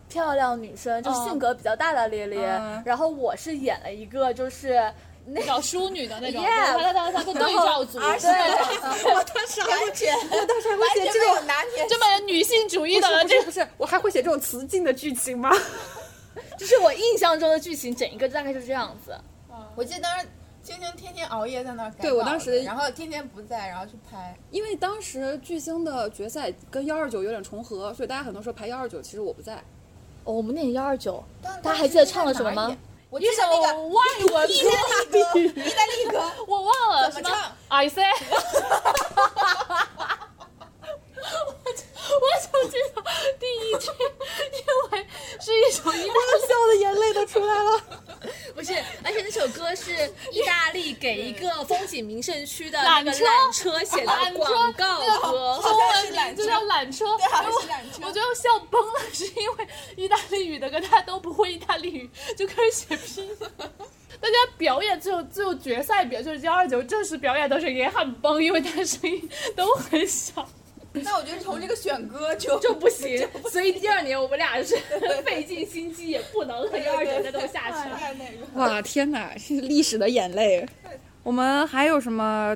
Speaker 4: 漂亮女生，就是性格比较大大咧咧
Speaker 1: 嗯，
Speaker 4: 然后我是演了一个就是那
Speaker 2: 比较淑女的那种，
Speaker 4: Yeah
Speaker 2: 他他他个对照组，
Speaker 5: 而且
Speaker 2: 对
Speaker 4: 嗯
Speaker 1: 我当时还会
Speaker 5: 完全我当时还
Speaker 1: 会写这种
Speaker 5: 拿捏
Speaker 2: 这么女性主义
Speaker 1: 不
Speaker 2: 的
Speaker 1: 是不
Speaker 2: 这
Speaker 1: 是不是，我还会写这种词境的剧情吗？
Speaker 4: 就是我印象中的剧情，整一个大概就是这样子。
Speaker 5: 我记得当时青青天天熬夜在那儿改
Speaker 1: 对我
Speaker 5: 稿
Speaker 1: 当
Speaker 5: 子
Speaker 1: 时
Speaker 5: 然后天天不在，然后去拍。
Speaker 1: 因为当时巨星的决赛跟幺二九有点重合，所以大家很多时候排幺二九，其实我不在。
Speaker 4: 哦，我们那年幺二九，
Speaker 5: 但
Speaker 4: 大家还记得唱了什么吗？
Speaker 5: 我记
Speaker 2: 一
Speaker 5: 得
Speaker 2: 首
Speaker 5: 那个
Speaker 2: 外文
Speaker 5: 意
Speaker 2: 歌，
Speaker 5: 大利歌，意大利歌。
Speaker 2: 我忘了
Speaker 5: 怎
Speaker 2: 什
Speaker 5: 么唱
Speaker 2: 么 I say。我就记得第一句，因为是一首意大利
Speaker 1: 笑的眼泪都出来了。
Speaker 4: 不是，而且那首歌是意大利给一个风景名胜区的
Speaker 2: 那个
Speaker 4: 那
Speaker 2: 缆
Speaker 4: 个
Speaker 2: 车
Speaker 4: 缆车写的
Speaker 2: 缆车
Speaker 4: 广告歌。
Speaker 5: 好像是
Speaker 2: 中文名
Speaker 5: 缆
Speaker 2: 就
Speaker 5: 车
Speaker 2: 叫缆车，
Speaker 5: 对啊好像是缆车
Speaker 2: 我觉得笑崩了，是因为意大利语的歌大家都不会意大利语，就开始写拼音。大家表演最后最后决赛表就是幺二九正式表演都是也很崩，因为他声音都很小。
Speaker 5: 但我觉得从这个选歌 就
Speaker 4: 就不行，所以第二年我们俩是费尽心机也不能和幺二九再这么下去了。
Speaker 5: 太那个。
Speaker 1: 哇，天哪，是历史的眼泪。我们还有什么？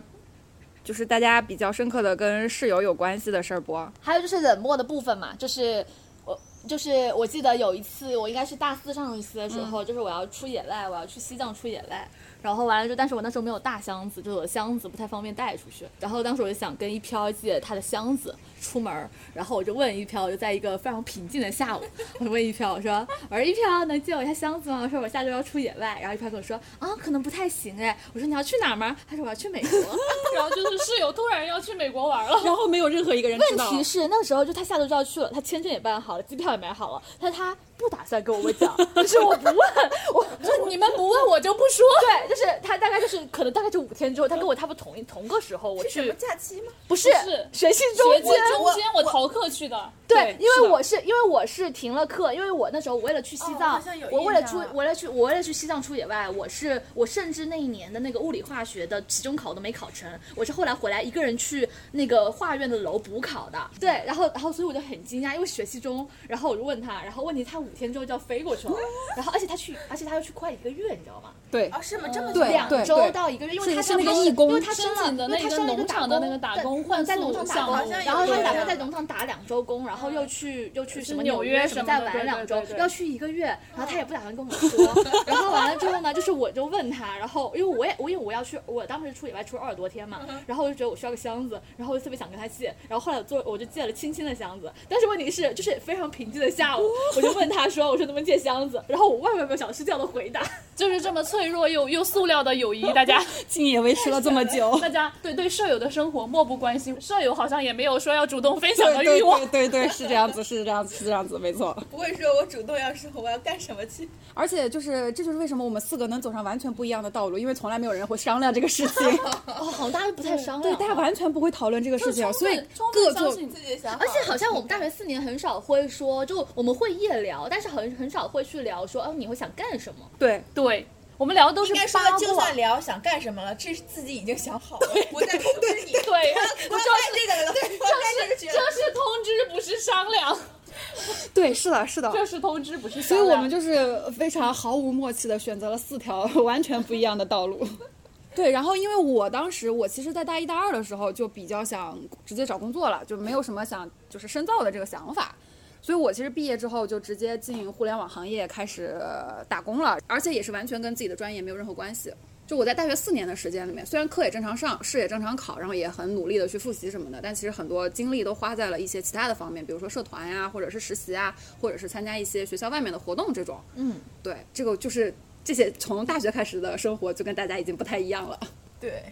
Speaker 1: 就是大家比较深刻的跟室友有关系的事儿不？
Speaker 4: 还有就是冷漠的部分嘛，就是我就是我记得有一次，我应该是大四上学期的时候，就是我要出野外，我要去西藏出野外，然后完了就，但是我那时候没有大箱子，就是我的箱子不太方便带出去，然后当时我就想跟一飘借他的箱子出门儿，然后我就问一飘，我就在一个非常平静的下午，我就问一飘，我说我说一飘能借我一下箱子吗？我说我下周要出野外，哎然后一飘跟我说啊可能不太行哎，我说你要去哪儿吗？他说我要去美国。
Speaker 2: 然后就是室友突然要去美国玩了，
Speaker 1: 然后没有任何一个人知
Speaker 4: 问
Speaker 1: 道。
Speaker 4: 题是那个时候就他下周就要去了，他签证也办好了，机票也买好了，但他不打算跟我们讲，就是我不问，我
Speaker 2: 就你们不问我就不说。
Speaker 4: 对，就是他大概就是可能大概就五天之后，他跟我差不多同一同个时候我
Speaker 5: 是什么
Speaker 4: 去，
Speaker 5: 假期吗？
Speaker 4: 不是
Speaker 2: 不是
Speaker 4: 学期中
Speaker 2: 我
Speaker 4: 间。
Speaker 2: 中间我逃课去的，
Speaker 4: 对，因
Speaker 1: 是
Speaker 4: 为
Speaker 1: 的
Speaker 4: 我是因为我是停了课，因为我那时候我为了去西
Speaker 5: 哦
Speaker 4: 藏
Speaker 5: 好像有，
Speaker 4: 我为
Speaker 5: 印
Speaker 4: 了出
Speaker 5: 象啊
Speaker 4: 为了去我为了去西藏出野外，我是我甚至那一年的那个物理化学的期中考都没考成，我是后来回来一个人去那个画院的楼补考的。对，然后然后所以我就很惊讶，因为学期中，然后我就问他，然后问题他五天之后就要飞过去了，然后而且他去而且他要去快一个月，你知道吗？
Speaker 1: 对
Speaker 5: 啊，是吗？这么久
Speaker 1: 对
Speaker 4: 两
Speaker 1: 对
Speaker 4: 周
Speaker 1: 对
Speaker 4: 周到一个月，因为他
Speaker 1: 是
Speaker 4: 上
Speaker 1: 那个
Speaker 4: 班
Speaker 1: 义工
Speaker 4: 因为他升
Speaker 2: 申请
Speaker 4: 了，
Speaker 2: 的
Speaker 4: 因为
Speaker 2: 那
Speaker 4: 他
Speaker 2: 个
Speaker 4: 升了一个
Speaker 2: 农
Speaker 4: 打
Speaker 2: 场
Speaker 4: 工
Speaker 2: 的那个打工换
Speaker 4: 在农
Speaker 2: 宿
Speaker 4: 场打
Speaker 2: 项
Speaker 4: 工，
Speaker 5: 好像
Speaker 2: 目，
Speaker 5: 有
Speaker 4: 然后他
Speaker 5: 对
Speaker 4: 打
Speaker 5: 对
Speaker 4: 算在农场打两周工，然后又去又去什么
Speaker 2: 纽
Speaker 4: 嗯纽
Speaker 2: 约
Speaker 4: 约
Speaker 2: 什
Speaker 4: 么
Speaker 2: 么
Speaker 4: 再
Speaker 2: 的
Speaker 4: 玩
Speaker 2: 对
Speaker 4: 两
Speaker 2: 对
Speaker 4: 周
Speaker 2: 对，对
Speaker 4: 要去一个月，然后他也不打算跟我 说，然后完了之后呢，就是我就问他，然后因为我也我因为我要去，我当时出野外出了二十多天嘛，然后我就觉得我需要个箱子，然后我就特别想跟他借，然后后来我做我就借了青青的箱子，但是问题是就是非常平静的 下午，我就问他说我说能不能借箱子，然后我万万没有想失掉的回答，
Speaker 2: 就是这么脆弱又又塑料的友谊，大家。
Speaker 1: 竟也维持了这么久
Speaker 2: 大家对对舍友的生活漠不关心，舍友好像也没有说要主动分享
Speaker 1: 对
Speaker 2: 的
Speaker 1: 对
Speaker 2: 欲望。
Speaker 1: 对对对，是这样子，是这样子，是这样子，没错。
Speaker 5: 不会说我主动要说我要干什么去，
Speaker 1: 而且就是，这就是为什么我们四个能走上完全不一样的道路，因为从来没有人会商量这个事情，
Speaker 4: 哦，好像大家都不太商
Speaker 1: 对，
Speaker 4: 量，
Speaker 1: 大家完全不会讨论这个事情，
Speaker 2: 充
Speaker 1: 所以
Speaker 2: 分充
Speaker 1: 各
Speaker 2: 分相
Speaker 1: 做
Speaker 2: 信
Speaker 5: 自己想好
Speaker 4: 而
Speaker 5: 了。
Speaker 4: 且好像我们大学四年很少会说，就我们会夜聊，但是很很少会去聊说，哦，你会想干什么？
Speaker 1: 对
Speaker 2: 对，我们聊的都是
Speaker 5: 应该说
Speaker 2: 八卦，
Speaker 5: 就算聊想干什么了，这是自己已经想好了，不再通知你。
Speaker 2: 对，
Speaker 5: 我要干这个了，我要干这个去
Speaker 2: 这
Speaker 5: 了。
Speaker 2: 是通知，不是商量，
Speaker 1: 对，是的，是的。
Speaker 2: 这是通知，不是商
Speaker 1: 哦所以
Speaker 2: 量。
Speaker 1: 我们就是非常毫无默契的选择了四条 完全不一样的道 路。对，然后因为我当时我其实，在大一大二的时候就比较想直接找工作了，就没有什么想就是深造的这个想法，所以我其实毕业之后就直接进互联网行业开始呃打工了，而且也是完全跟自己的专业没有任何关系。就我在大学四年的时间里面，虽然课也正常上，试也正常考，然后也很努力的去复习什么的，但其实很多精力都花在了一些其他的方面，比如说社团呀、或者是实习啊，或者是参加一些学校外面的活动这种。嗯，对，这个就是这些从大学开始的生活就跟大家已经不太一样了。
Speaker 5: 对，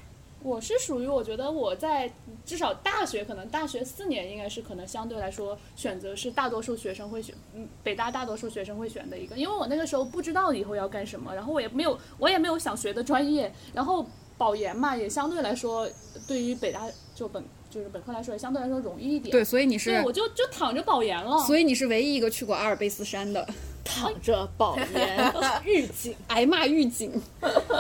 Speaker 2: 我是属于我觉得我在至少大学，可能大学四年应该是可能相对来说选择是大多数学生会选，嗯，北大大多数学生会选的一个，因为我那个时候不知道以后要干什么，然后我也没有我也没有想学的专业，然后保研嘛也相对来说对于北大就本就是本科来说也相对来说容易一点，
Speaker 1: 对，所以你
Speaker 2: 所以
Speaker 1: 是，
Speaker 2: 我就就躺着保研了，
Speaker 1: 所以你是唯一一个去过阿尔卑斯山的，
Speaker 4: 躺着保 研，
Speaker 1: 狱警挨骂狱警。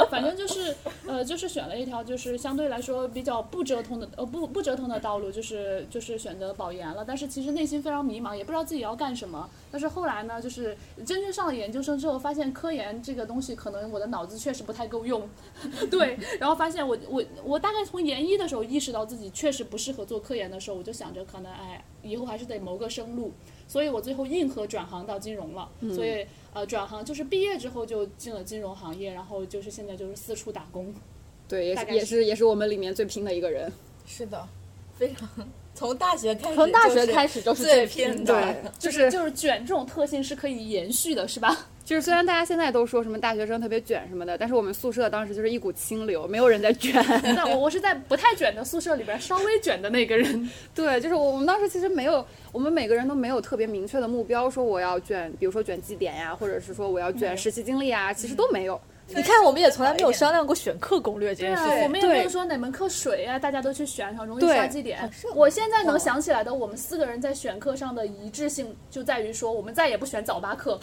Speaker 2: 反正就是呃，就是选了一条就是相对来说比较不折腾的呃不不折腾的道路，就是就是选择保研了。但是其实内心非常迷茫，也不知道自己要干什么。但是后来呢，就是真正上了研究生之后，发现科研这个东西可能我的脑子确实不太够用， 对。然后发现我我我大概从研一的时候意识到自己确实不适合做科研的时候，我就想着可能哎以后还是得谋个生路。所以我最后硬核转行到金融了，所以呃转行就是毕业之后就进了金融行业，然后就是现在就是四处打工。
Speaker 1: 对，也
Speaker 2: 大
Speaker 1: 是
Speaker 2: 概
Speaker 1: 也
Speaker 2: 是
Speaker 1: 是也是我们里面最拼的一个人。
Speaker 5: 是的，非常从大学开始，
Speaker 6: 从大学开始就是最
Speaker 5: 最拼
Speaker 6: 拼
Speaker 5: 的。，
Speaker 1: 就是
Speaker 2: 就是卷这种特性是可以延续的，是 吧？
Speaker 1: 就是虽然大家现在都说什么大学生特别卷什么的，但是我们宿舍当时就是一股清流，没有人在卷。
Speaker 2: 那我我是在不太卷的宿舍里边稍微卷的那个人。
Speaker 1: 对，就是我我们当时其实没有，我们每个人都没有特别明确的目标，说我要卷，比如说卷绩点呀，或者是说我要卷实习经历啊，其实都没有。
Speaker 2: 嗯
Speaker 6: 你看，我们也从来没有商量过选课攻略这件事情。
Speaker 2: 我们也没有说哪门课水啊，大家都去选，然后容易
Speaker 1: 对
Speaker 2: 刷绩点。我现在能想起来的，我们四个人在选课上的一致性就在于说，我们再也不选早八课。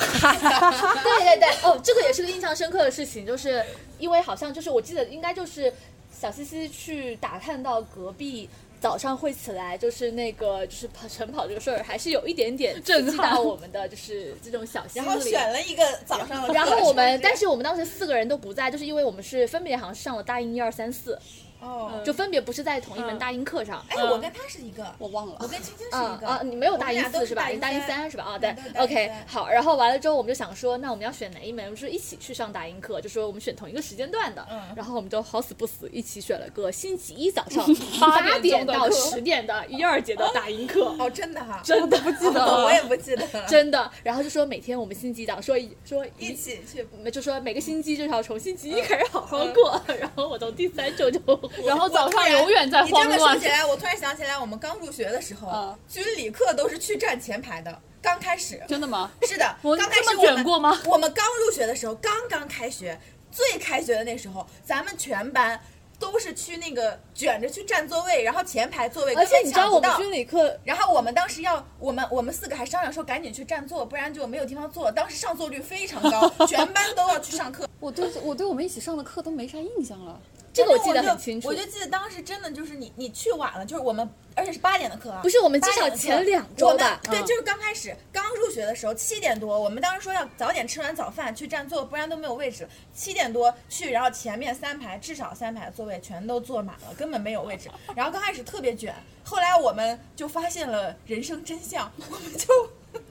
Speaker 4: 对对对，哦，这个也是个印象深刻的事情，就是因为好像就是我记得应该就是小西西去打探到隔壁。早上会起来，就是那个就是跑晨跑这个事儿，还是有一点点震撼到我们的，就是这种小心
Speaker 5: 然
Speaker 4: 理。
Speaker 5: 后选了一个早上的 课，
Speaker 4: 然后我们，但
Speaker 5: 是
Speaker 4: 是我们当时四个人都不在，就是因为我们是分别好像上了大英一二三四，
Speaker 5: 哦，
Speaker 4: 就分别不是在同一门大英课上。
Speaker 5: 哎，我跟他是一个，
Speaker 1: 我忘了
Speaker 5: 我，跟青青是
Speaker 4: 啊
Speaker 5: 一
Speaker 4: 啊！
Speaker 5: 个，
Speaker 4: 你没有
Speaker 5: 我
Speaker 4: 大
Speaker 5: 们
Speaker 4: 一
Speaker 5: 俩
Speaker 4: 四
Speaker 5: 都是
Speaker 4: 是吧？
Speaker 5: 大一
Speaker 4: 你大一
Speaker 5: 三嗯
Speaker 4: 三是吧？啊，
Speaker 5: 我
Speaker 4: 对
Speaker 5: 们都是大一
Speaker 4: ，OK，
Speaker 5: 三
Speaker 4: 好。然后完了之后，我们就想说，那我们要选哪一门？我们是一起去上大英课，就说我们选同一个时间段的。
Speaker 5: 嗯，
Speaker 4: 然后我们就好死不死一起选了个星期一早上
Speaker 2: 八
Speaker 4: 八
Speaker 2: 点钟
Speaker 4: 点
Speaker 2: 的
Speaker 4: 到
Speaker 2: 课
Speaker 4: 十点的一二节的大英课
Speaker 5: 哦，真的哈，
Speaker 4: 真的不记
Speaker 5: 我也不记得了，
Speaker 4: 真的。然后就说每天我们星期一早说一说
Speaker 5: 一起去
Speaker 4: 就说每个星期至少从星期一开始好好过，然后我从第三 周就，
Speaker 2: 然后早上
Speaker 5: 我突然
Speaker 2: 永远在
Speaker 5: 你这
Speaker 2: 慌
Speaker 5: 么说
Speaker 2: 乱
Speaker 5: 起。来，我突然想起来，我们刚入学的时候，军理课都是去站前排的。刚开始
Speaker 1: 真的吗？
Speaker 5: 是的，
Speaker 2: 我
Speaker 5: 刚开始
Speaker 2: 这么
Speaker 5: 我们
Speaker 2: 卷过吗
Speaker 5: 我们刚入学的时候，刚刚开学，最开学的那时候，咱们全班都是去那个卷着去占座位，然后前排座位
Speaker 6: 而
Speaker 5: 根
Speaker 6: 且
Speaker 5: 本
Speaker 6: 你知道
Speaker 5: 抢不
Speaker 6: 我们
Speaker 5: 到。
Speaker 6: 军理课
Speaker 5: 然后我们当时要，我们我们四个还商量说赶紧去占座，不然就没有地方坐。当 时上座率非常高，全班都要去上课。
Speaker 1: 我对我对我们一起上的课都没啥印象了。
Speaker 4: 这个
Speaker 5: 我
Speaker 4: 我记得很清楚
Speaker 5: 我就记得当时真的就是你你去晚了，就是我们，而且是八点的课啊，
Speaker 4: 不是我们
Speaker 5: 八
Speaker 4: 至少
Speaker 5: 点的课
Speaker 4: 前两周吧
Speaker 5: 我们对，
Speaker 4: 嗯
Speaker 5: 就是刚开始刚入学的时候，七点多，我们当时说要早点吃完早饭去占座，不然都没有位置。七点多去，然后前面三排至少三排的座位全都坐满了，根本没有位置。然后刚开始特别卷，后来我们就发现了人生真相，我们就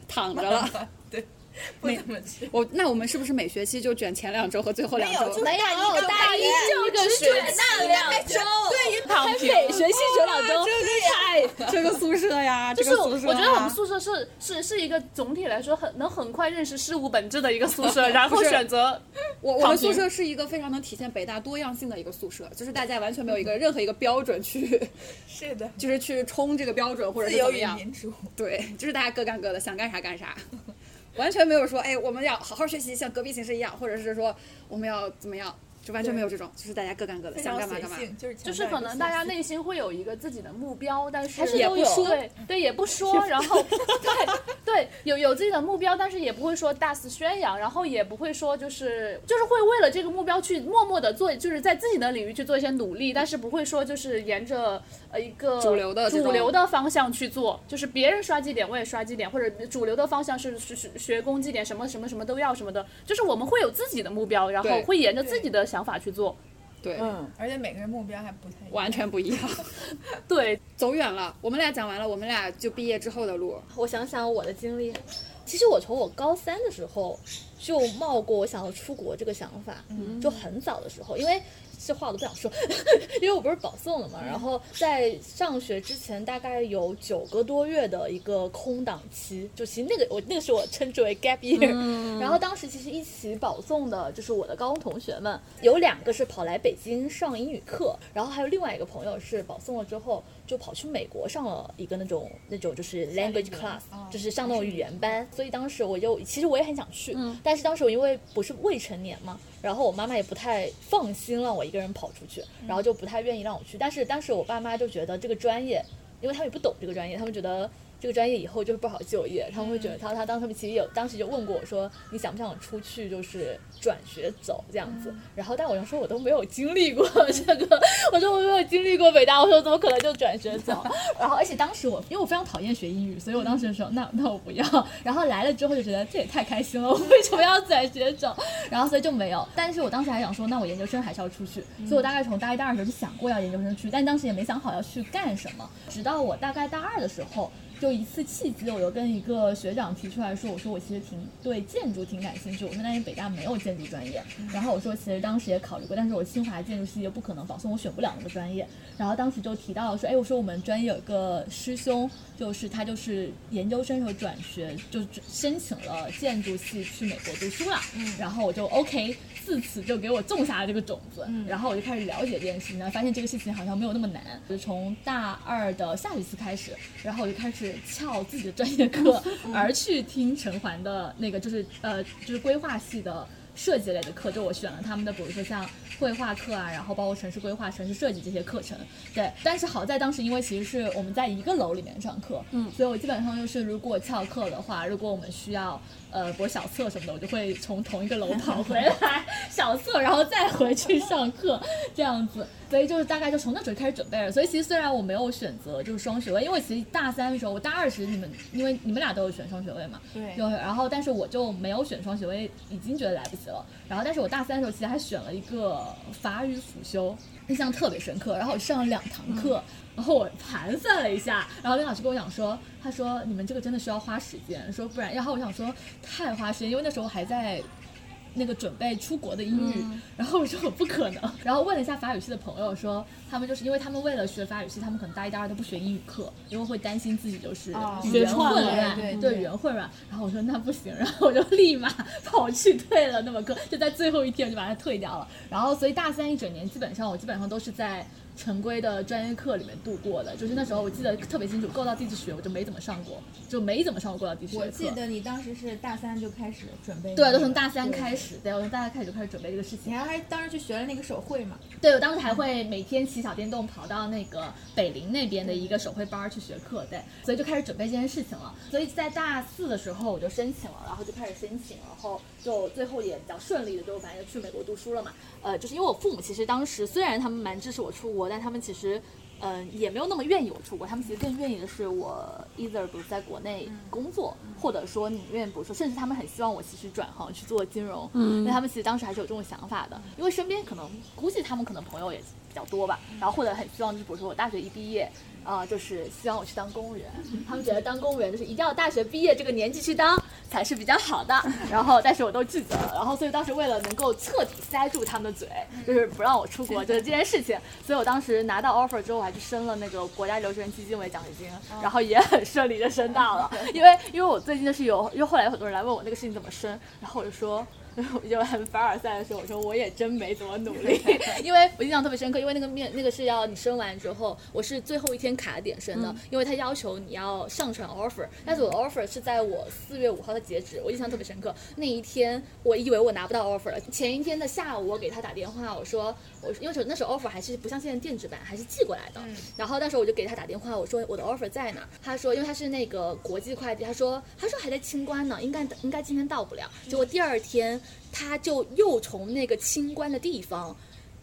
Speaker 1: 躺着了。
Speaker 5: 对，不怎么去。
Speaker 1: 我那我们是不是每学期就卷前两周和最后两
Speaker 5: 没有，就
Speaker 1: 周
Speaker 5: 是？
Speaker 4: 没有
Speaker 5: 大
Speaker 4: 你有
Speaker 5: 到
Speaker 4: 大
Speaker 5: 大
Speaker 4: 一就
Speaker 5: 就
Speaker 4: 一个学期
Speaker 5: 两周，对于
Speaker 2: 躺平。
Speaker 4: 每学期学两周，
Speaker 1: 这个宿舍呀，
Speaker 2: 啊就
Speaker 1: 这
Speaker 2: 是
Speaker 1: 个
Speaker 2: 我
Speaker 1: 宿舍呀。啊
Speaker 2: 我觉得我们宿舍啊是是是一个总体来说很能很快认识事物本质的一个宿 舍，然后
Speaker 1: 不是
Speaker 2: 选择
Speaker 1: 我我们
Speaker 2: 躺平
Speaker 1: 宿舍是一个非常能体现北大多样性的一个宿舍，就是大家完全没有
Speaker 5: 嗯
Speaker 1: 一个任何一个标准去，
Speaker 5: 是的，
Speaker 1: 就是去冲这个标准或者
Speaker 5: 自
Speaker 1: 是怎
Speaker 5: 由
Speaker 1: 么
Speaker 5: 与
Speaker 1: 样。
Speaker 5: 民主。
Speaker 1: 对，就是大家各干各的，想干啥干啥，完全没有说哎我们要好好学习，像隔壁寝室一样，或者是说我们要怎么样，就完全没有这种，就是大家各干各的，
Speaker 5: 非
Speaker 1: 想
Speaker 5: 常
Speaker 1: 干嘛
Speaker 5: 随
Speaker 1: 干嘛。
Speaker 5: 性，就是
Speaker 2: 就是可能大家内心会有一个自己的目标，但是
Speaker 4: 还是
Speaker 2: 也
Speaker 4: 都
Speaker 2: 不
Speaker 4: 有
Speaker 2: 说，对对也不说，然后对对有有自己的目标，但是也不会说大肆宣扬，然后也不会说就是就是会为了这个目标去默默的做，就是在自己的领域去做一些努力，但是不会说就是沿着呃一个
Speaker 1: 主流的这种
Speaker 2: 主流的方向去做，就是别人刷绩点我也刷绩点，或者主流的方向是学学学攻绩点什么什么什么都要什么的，就是我们会有自己的目标，然后
Speaker 1: 对
Speaker 2: 会沿着自己的想法去做，
Speaker 1: 对，
Speaker 5: 而且每个人目标还不太一样。
Speaker 1: 完全不一样。
Speaker 2: 对，
Speaker 1: 走远了，我们俩讲完了，我们俩就毕业之后的 路。
Speaker 4: 我想想我的经历，其实我从我高三的时候就冒过我想要出国这个想法，就很早的时候，因为这话我都不想说， 因为我不是保送了嘛，然后在上学之前大概有九个多月的一个空档期，就其实那个我那个是我称之为 gap year，、然后当时其实一起保送的就是我的高中同学们，有两个是跑来北京上英语课，然后还有另外一个朋友是保送了之后就跑去美国上了一个那种那种就是 language class，、就是上那种语言班，所以当时我就其实我也很想去，但是当时我因为不是未成年嘛，然后我妈妈也不太放心让我一个人跑出去，然后就不太愿意让我去，但是当时我爸妈就觉得这个专业，因为他们也不懂这个专业，他们觉得。这个专业以后就是不好就业，他们会觉得他他当他们其实有当时就问过我说你想不想出去就是转学走这样子，然后但我就说我都没有经历过这个， 我说我没有经历过北大，我说怎么可能就转学走？然后而且当时我因为我非常讨厌学英语，所以我当时就说那那我不要，然后来了之后就觉得这也太开心了，我为什么要转学走？ 然后所以就没有，但是我当时还想说那我研究生还是要出去，所以我大概从大一大二的时候就想过要研究生去，但当时也没想好要去干什么，直到我大概大二的时候。就一次契机，我又跟一个学长提出来说，我说我其实挺对建筑挺感兴趣，我说但是北大没有建筑专业，然后我说其实当时也考虑过，但是我清华建筑系也不可能保送，我选不了那个专业，然后当时就提到了说，哎，我说我们专业有一个师兄，就是他就是研究生时候转学，就申请了建筑系去美国读书了，然后我就 OK，自此就给我种下了这个种子，然后我就开始了解这件事情，然后发现这个事情好像没有那么难。就从大二的下学期开始，然后我就开始翘自己的专业课，而去听陈环的那个就是呃就是规划系的设计类的课，就我选了他们的，比如说像绘画课啊，然后包括城市规划、城市设计这些课程。对，但是好在当时因为其实是我们在一个楼里面上课，嗯，所以我基本上就是如果翘课的话，如果我们需要呃博小测什么的，我就会从同一个楼跑回来 小测，然后再回去上课这样子。所以就是大概就从那时候开始准备了。所以其实虽然我没有选择就是双学位，因为其实大三的时候，我大二时你们因为你们俩都有选双学位嘛，
Speaker 5: 对
Speaker 4: 就然后但是我就没有选双学位，已经觉得来不及了。然后但是我大三的时候其实还选了一个法语辅修，印象特别深刻。然后我上了两堂课，然后我盘算了一下，然后那老师跟我讲说，他说你们这个真的需要花时间，说不然，然后我想说太花时间，因为那时候还在那个准备出国的英语，然后我说我不可能， 然后问了一下法语系的朋友说，他们就是因为他们为了学法语系，他们可能大一、大二都不学英语课，因为会担心自己就是语言混乱，
Speaker 5: 对对
Speaker 4: 对语言混乱。然后我说那不行，然后我就立马跑去退 了那门课，就在最后一天我就把它退掉了。然后所以大三一整年基本上我基本上都是在
Speaker 7: 常规的专业课里面度过的，就是那时候我记得特别清楚，构造地质学我就没怎么上过，就没怎么上过构造地质学
Speaker 8: 我
Speaker 7: 的课。
Speaker 8: 记得你当时是大三就开始准备，
Speaker 4: 啊
Speaker 7: 对，都从大三开。始，对我从大三开始就开始准备这个事
Speaker 8: 你
Speaker 7: 情。
Speaker 8: 还还当时去学了那个手绘嘛？
Speaker 7: 对我当时还会每天骑小电动跑到那个北林那边的一个手绘班儿去学课，对，所以就开始准备这件事情了。所以在大四的时候我就申请了，然后就开始申请，然后
Speaker 4: 就最后也比较顺利的，就反正就去美国读书了嘛。呃，就是因为我父母其实当时虽然他们蛮支持我出国，但他们其实。嗯，也没有那么愿意我出国，他们其实更愿意的是我 either 比如在国内工作，或者说宁愿比如说，甚至他们很希望我其实转行去做金融，嗯，那他们其实当时还是有这种想法的，因为身边可能估计他们可能朋友也比较多吧，然后或者很希望就是比如说我大学一毕业，啊、就是希望我去当公务员，他们觉得当公务员就是一定要大学毕业这个年纪去当，才是比较好的。然后，但是我都拒绝了。然后，所以当时为了能够彻底塞住他们的嘴，就是不让我出国，就是这件事情。所以我当时拿到 offer 之后，我还去申了那个国家留学生基金委奖学金，然后也很顺利就申到了。因为因为我最近就是有，因为后来有很多人来问我那个事情怎么申，然后我就说。 我就很凡尔赛的说，我说我也真没怎么努力，因为我印象特别深刻，因为那个面那个是要你申完之后，我是最后一天卡点申的，因为他要求你要上传 offer，但是我的 offer 是在我四月五号的截止，我印象特别深刻。那一天我以为我拿不到 offer 了，前一天的下午我给他打电话，我说我因为那时候 offer 还是不像现在电子版，还是寄过来的，然后那时候我就给他打电话，我说我的 offer 在哪儿？他说因为他是那个国际快递，他说他说还在清关呢，应该应该今天到不了。结果第二天他就又从那个清关的地方。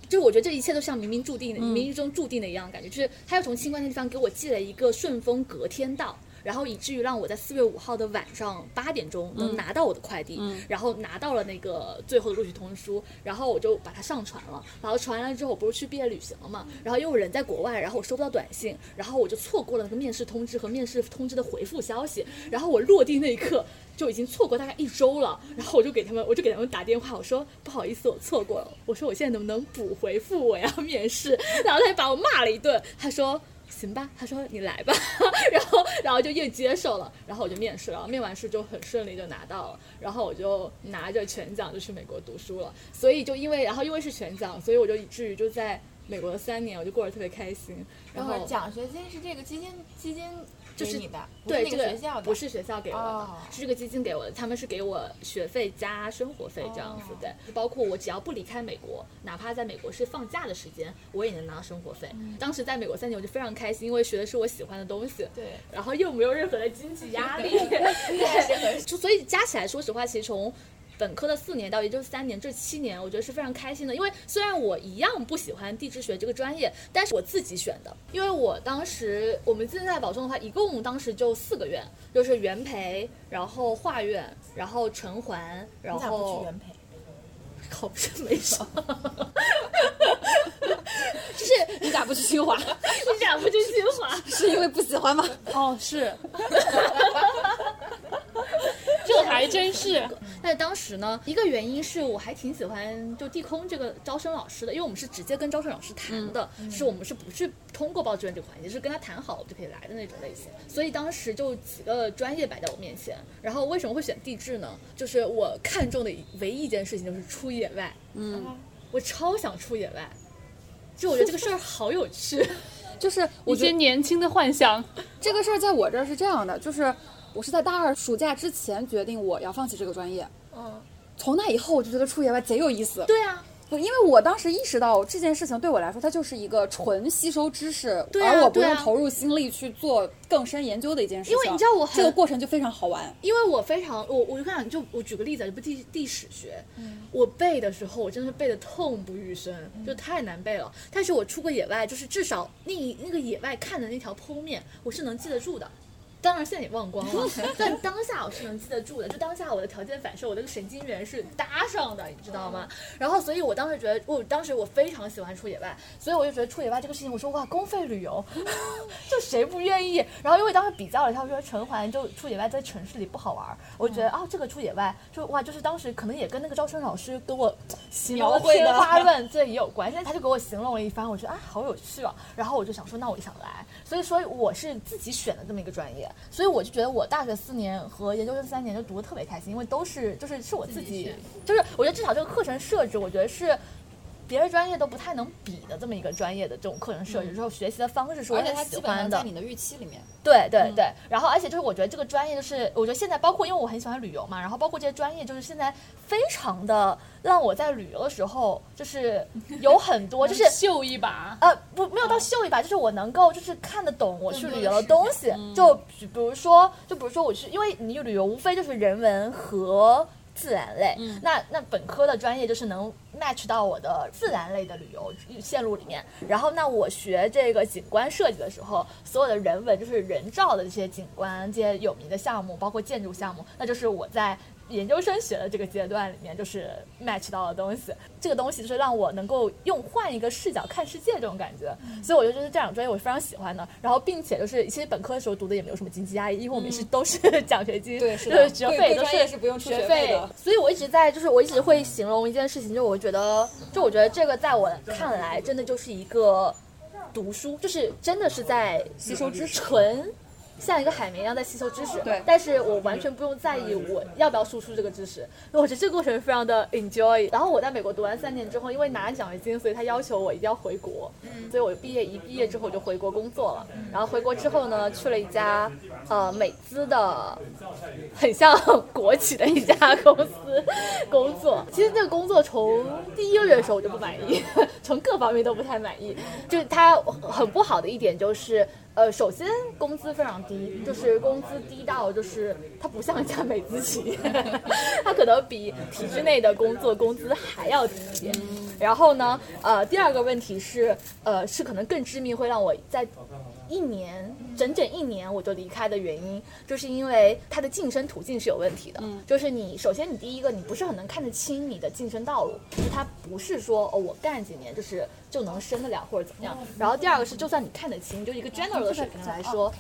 Speaker 4: 就是我觉得这一切都像冥冥注定的、冥冥中注定的一样的感觉，就是他又从清关那地方给我寄了一个顺丰隔天到，然后以至于让我在四月五号的晚上八点钟能拿到我的快递，然后拿到了那个最后的录取通知书，然后我就把它上传了，然后传完了之后，我不是去毕业旅行了嘛，然后因为我人在国外，然后我收不到短信，然后我就错过了那个面试通知和面试通知的回复消息，然后我落地那一刻。就已经错过大概一周了，然后我就给他们，我就给他们打电话，我说不好意思，我错过了，我说我现在能不能补回复，我要面试，然后他就把我骂了一顿，他说行吧，他说你来吧， 然后然后就又接受了，然后我就面试了，面完试就很顺利就拿到了，然后我就拿着全奖就去美国读书了，所以就因为然后因为是全奖，所以我就以至于就在美国的三年，我就过得特别开心，然
Speaker 8: 等会儿
Speaker 4: 后
Speaker 8: 奖学金是这个基金基金
Speaker 4: 就
Speaker 8: 给
Speaker 4: 是
Speaker 8: 你的，不
Speaker 4: 对
Speaker 8: 那
Speaker 4: 这
Speaker 8: 个学校的，
Speaker 4: 不是学校给我的，
Speaker 8: 哦
Speaker 4: 是这个基金给我的，他们是给我学费加生活费这样子的，
Speaker 8: 哦
Speaker 4: 包括我只要不离开美国，哪怕在美国是放假的时间，我也能拿到生活费。
Speaker 8: 嗯
Speaker 4: 当时在美国三年，我就非常开心，因为学的是我喜欢的东西，
Speaker 8: 对，
Speaker 4: 然后又没有任何的经济压 力，就 所以加起来，说实话，其实从本科的四年到研究三年，这七年我觉得是非常开心的，因为虽然我一样不喜欢地质学这个专业，但是我自己选的，因为我当时我们现在保中的话，一共当时就四个院，就是元培，然后化院，然后城环，然
Speaker 5: 你咋不去
Speaker 4: 后
Speaker 5: 元培？
Speaker 4: 考不是 没上，
Speaker 1: 你咋不去 清华？
Speaker 4: 你咋不去清华？
Speaker 1: 是因为不喜欢吗？
Speaker 2: 哦， 是，这还真是。
Speaker 4: 但当时呢，一个原因是我还挺喜欢就地空这个招生老师的，因为我们是直接跟招生老师谈的，是我们是不是通过报志愿这个环节，是跟他谈好就可以来的那种类型。所以当时就几个专业摆在我面前，然后为什么会选地质呢？就是我看中的唯一一件事情就是出野外，嗯，我超想出野外，就我觉得这个事儿好有趣。
Speaker 1: 就是我
Speaker 2: 一
Speaker 1: 觉
Speaker 2: 些
Speaker 1: 得
Speaker 2: 年轻的幻想，
Speaker 1: 这个事儿在我这儿是这样的，就是我是在大二暑假之前决定我要放弃这个专业。嗯，从那以后我就觉得出野外贼有意思。
Speaker 4: 对啊，
Speaker 1: 因为我当时意识到这件事情对我来说，它就是一个纯吸收知识，
Speaker 4: 对啊
Speaker 1: 而我不
Speaker 4: 对啊
Speaker 1: 用投入心力去做更深研究的一件事情。
Speaker 4: 因为你知道我很
Speaker 1: 这个过程就非常好玩。
Speaker 4: 因为我非常，我我就看你就我举个例子，啊就不地地史学，我背的时候我真的是背的痛不欲生，就太难背了。但是我出过野外，就是至少那一那个野外看的那条剖面，我是能记得住的。当然 现在也忘光了，但当下我是能记得住的。就当下我的条件反射，我那个神经元是搭上的，你知道吗？然后，所以我当时觉得，我当时我非常喜欢出野外，所以我就觉得出野外这个事情，我说哇，公费旅游， 就谁不愿意？然后因为当时比较了一下，说城环就出野外在城市里不好玩儿，我就觉得、啊，这个出野外就哇，就是当时可能也跟那个招生老师给我形容的天花乱坠也有关系，但他就给我形容了一番，我觉得啊，好有趣啊。然后我就想说，那我也想来，所以说我是自己选的这么一个专业，所以我就觉得我大学四年和研究生三年就读的特别开心，因为都是就是是我自己，就是我觉得至少这个课程设置，我觉得是。别的专业都不太能比的这么一个专业的这种课程设置之后，学习的方式是
Speaker 9: 嗯
Speaker 4: 我
Speaker 9: 而且
Speaker 4: 很
Speaker 9: 它
Speaker 4: 喜
Speaker 9: 基本上
Speaker 4: 欢
Speaker 9: 在
Speaker 4: 的。
Speaker 9: 你的预期里面。嗯
Speaker 4: 对对对，然后而且就是我觉得这个专业就是，我觉得现在包括因为我很喜欢旅游嘛，然后包括这些专业就是现在非常的让我在旅游的时候就是有很 多就是
Speaker 2: 秀一把，
Speaker 4: 呃，不，没有到秀一把，就是我能够就是看得懂我去
Speaker 9: 更多
Speaker 4: 旅
Speaker 9: 的嗯
Speaker 4: 游的
Speaker 9: 视
Speaker 4: 东
Speaker 9: 角
Speaker 4: 西。就比比如说，就比如说我去，因为你旅游无非就是人文和自然类，
Speaker 9: 嗯
Speaker 4: 那那本科的专业就是能 match 到我的自然类的旅游线路里面。然后那我学这个景观设计的时候，所有的人文就是人造的这些景观、这些有名的项目，包括建筑项目，那就是我在。研究生学的这个阶段里面，就是 match 到的东西，这个东西就是让我能够用换一个视角看世界这种感觉，
Speaker 9: 嗯
Speaker 4: 所以我觉得就是这两个专业我是非常喜欢的。然后，并且就是其实本科的时候读的也没有什么经济压力，因为我们是都是 奖学金，
Speaker 9: 嗯对是
Speaker 4: 就
Speaker 9: 的
Speaker 4: 是学
Speaker 9: 贵
Speaker 4: 费
Speaker 9: 贵
Speaker 4: 都
Speaker 9: 专业是不用出
Speaker 4: 学
Speaker 9: 学费的
Speaker 4: 所以我一直在就是我一直会形容一件事情，就我觉得就我觉得这个在我看来真的就是一个读书，就是真的是在吸收知识，纯像一个海绵一样在吸收知识。
Speaker 1: 对
Speaker 4: 但是我完全不用在意我要不要输出这个知识，我觉得这个过程非常的 enjoy。然后我在美国读完三年之后，因为拿了奖学金，所以他要求我一定要回国，所以我毕业一毕业之后我就回国工作了。然后回国之后呢，去了一家呃美资的很像国企的一家公司工作。 其实这个工作从第一个月的时候我就不满意， 从各方面都不太满意。就是它很不好的一点就是，呃，首先工资非常低，就是工资低到就是它不像一家美资企业， 它可能比体制内的工作工资还要低一点。然后呢，呃，第二个问题是，呃，是可能更致命，会让我在一年，整整一年我就离开的原因，就是因为它的晋升途径是有问题的。就是你首先你第一个你不是很能看得清你的晋升道路，就是它不是说哦我干几年就是就能升得了或者怎么样。然后第二个是就算你看得清，就一个 general 的水平来说，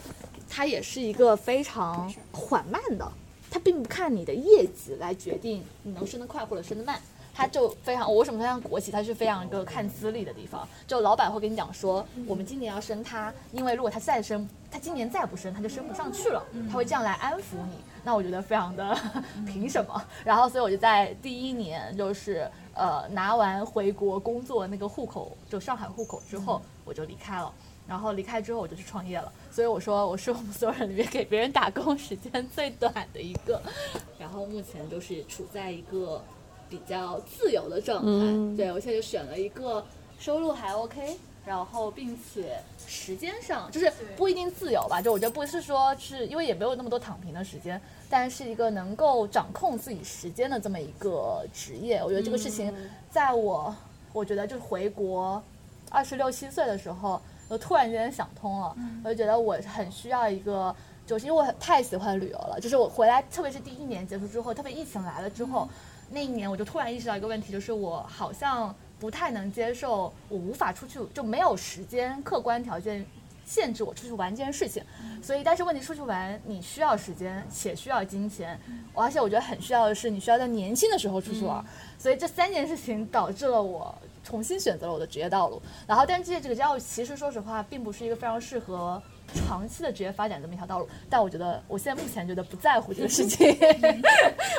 Speaker 4: 它也是一个非常缓慢的，它并不看你的业绩来决定你能升得快或者升得慢。它就非常，我为什么像国企，它是非常一个看资历的地方。就老板会跟你讲说，我们今年要升它，因为如果它再升，它今年再不升，它就升不上去了。他会这样来安抚你。那我觉得非常的凭什么？然后，所以我就在第一年就是呃拿完回国工作那个户口，就上海户口之后，我就离开了。然后离开之后我就去创业了，所以我说我是我们所有人里面给别人打工时间最短的一个， 然后目前就是处在一个比较自由的状态。对我现在就选了一个收入还 OK，然后并且时间上就是不一定自由吧，就我觉得不是说是因为也没有那么多躺平的时间，但是一个能够掌控自己时间的这么一个职业，我觉得这个事情在我我觉得就是回国二十六七岁的时候，我突然间想通了，我就觉得我很需要一个。就是因为我很太喜欢旅游了，就是我回来，特别是第一年结束之后，特别疫情来了之后，那一年我就突然意识到一个问题，就是我好像不太能接受，我无法出去，就没有时间客观条件限制我出去玩这件事情。所以，但是问题出去玩，你需要时间，且需要金钱，而且我觉得很需要的是，你需要在年轻的时候出去玩。所以这三件事情导致了我重新选择了我的职业道路。然后，但这这个职业道路其实说实话，并不是一个非常适合。长期的职业发展这么一条道路，但我觉得我现在目前觉得不在乎这个事情，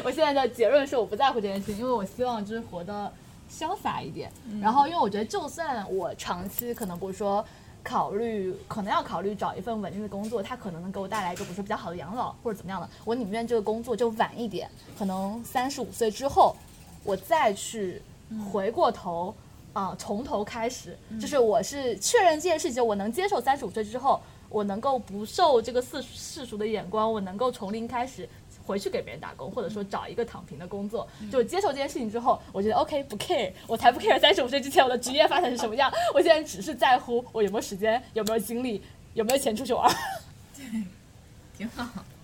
Speaker 4: 我现在的结论是我不在乎这件事情，因为我希望就是活得潇洒一点。嗯然后，因为我觉得，就算我长期可能不是说考虑，可能要考虑找一份稳定的工作，它可能能给我带来一个比如说比较好的养老或者怎么样的，我宁愿这个工作就晚一点，可能三十五岁之后，我再去回过头。啊，从头开始，就是我是确认这件事情，我能接受三十五岁之后，我能够不受这个世世俗的眼光，我能够从零开始回去给别人打工，或者说找一个躺平的工作，就接受这件事情之后，我觉得 OK 不 care，我才不 care 三十五岁之前我的职业发展是什么样，我现在只是在乎我有没有时间，有没有精力，有没有钱出去玩。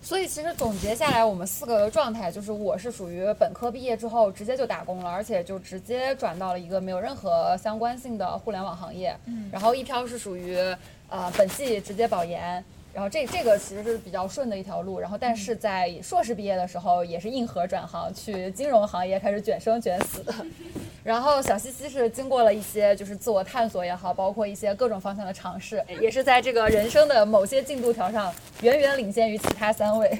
Speaker 9: 所以其实总结下来，我们四个的状态就是，我是属于本科毕业之后直接就打工了，而且就直接转到了一个没有任何相关性的互联网行业。嗯，然后一飘是属于呃本系直接保研，然后这这个其实是比较顺的一条路。然后但是在硕士毕业的时候，也是硬核转行去金融行业开始卷生卷死的。然后小西西是经过了一些就是自我探索也好，包括一些各种方向的尝试，哎也是在这个人生的某些进度条上远远领先于其 他三位。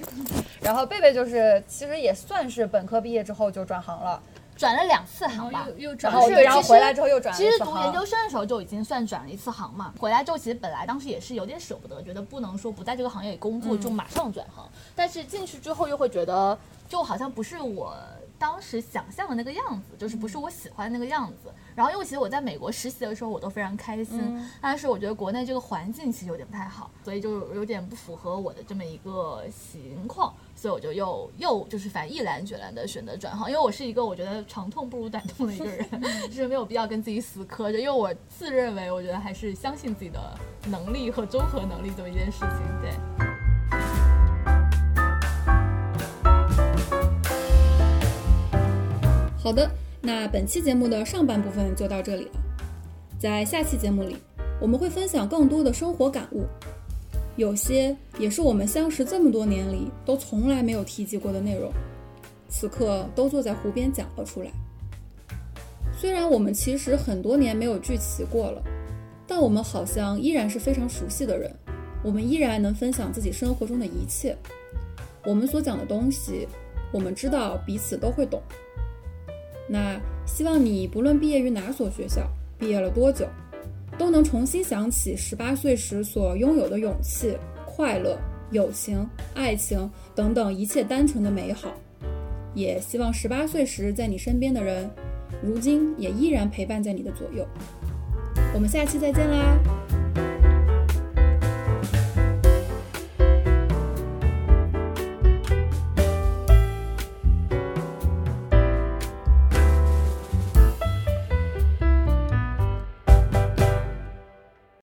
Speaker 9: 然后贝贝就是其实也算是本科毕业之后就转行了，
Speaker 4: 转了两次
Speaker 10: 然后
Speaker 4: 行吧。
Speaker 10: 又又
Speaker 11: 然
Speaker 10: 转
Speaker 11: 后
Speaker 4: 是
Speaker 11: 对，然后
Speaker 4: 其
Speaker 11: 回
Speaker 4: 实
Speaker 11: 来之后又转了
Speaker 4: 其
Speaker 11: 一
Speaker 4: 实
Speaker 11: 次
Speaker 4: 从研
Speaker 11: 行。
Speaker 4: 究生的时候就已经算转了一次行嘛，回来之后其实本来当时也是有点舍不得，觉得不能说不在这个行业里工
Speaker 11: 嗯
Speaker 4: 作就马上转行，但是进去之后又会觉得就好像不是我当时想象的那个样子，就是不是我喜欢的那个样子。然后因为其实我在美国实习的时候我都非常开心，
Speaker 11: 嗯
Speaker 4: 但是我觉得国内这个环境其实有点不太好，所以就有点不符合我的这么一个情况。所以我就又又就是反正毅然决然的选择转行，因为我是一个我觉得长痛不如短痛的一个人，就是没有必要跟自己死磕着，因为我自认为我觉得还是相信自己的能力和综合能力这么一件事情。对，
Speaker 1: 好的，那本期节目的上半部分就到这里了。在下期节目里，我们会分享更多的生活感悟，有些也是我们相识这么多年里都从来没有提及过的内容，此刻都坐在湖边讲了出来。虽然我们其实很多年没有聚齐过了，但我们好像依然是非常熟悉的人，我们依然能分享自己生活中的一切。我们所讲的东西，我们知道彼此都会懂。那希望你不论毕业于哪所学校，毕业了多久，都能重新想起十八岁时所拥有的勇气、快乐、友情、爱情等等一切单纯的美好。也希望十八岁时在你身边的人，如今也依然陪伴在你的左右。我们下期再见啦，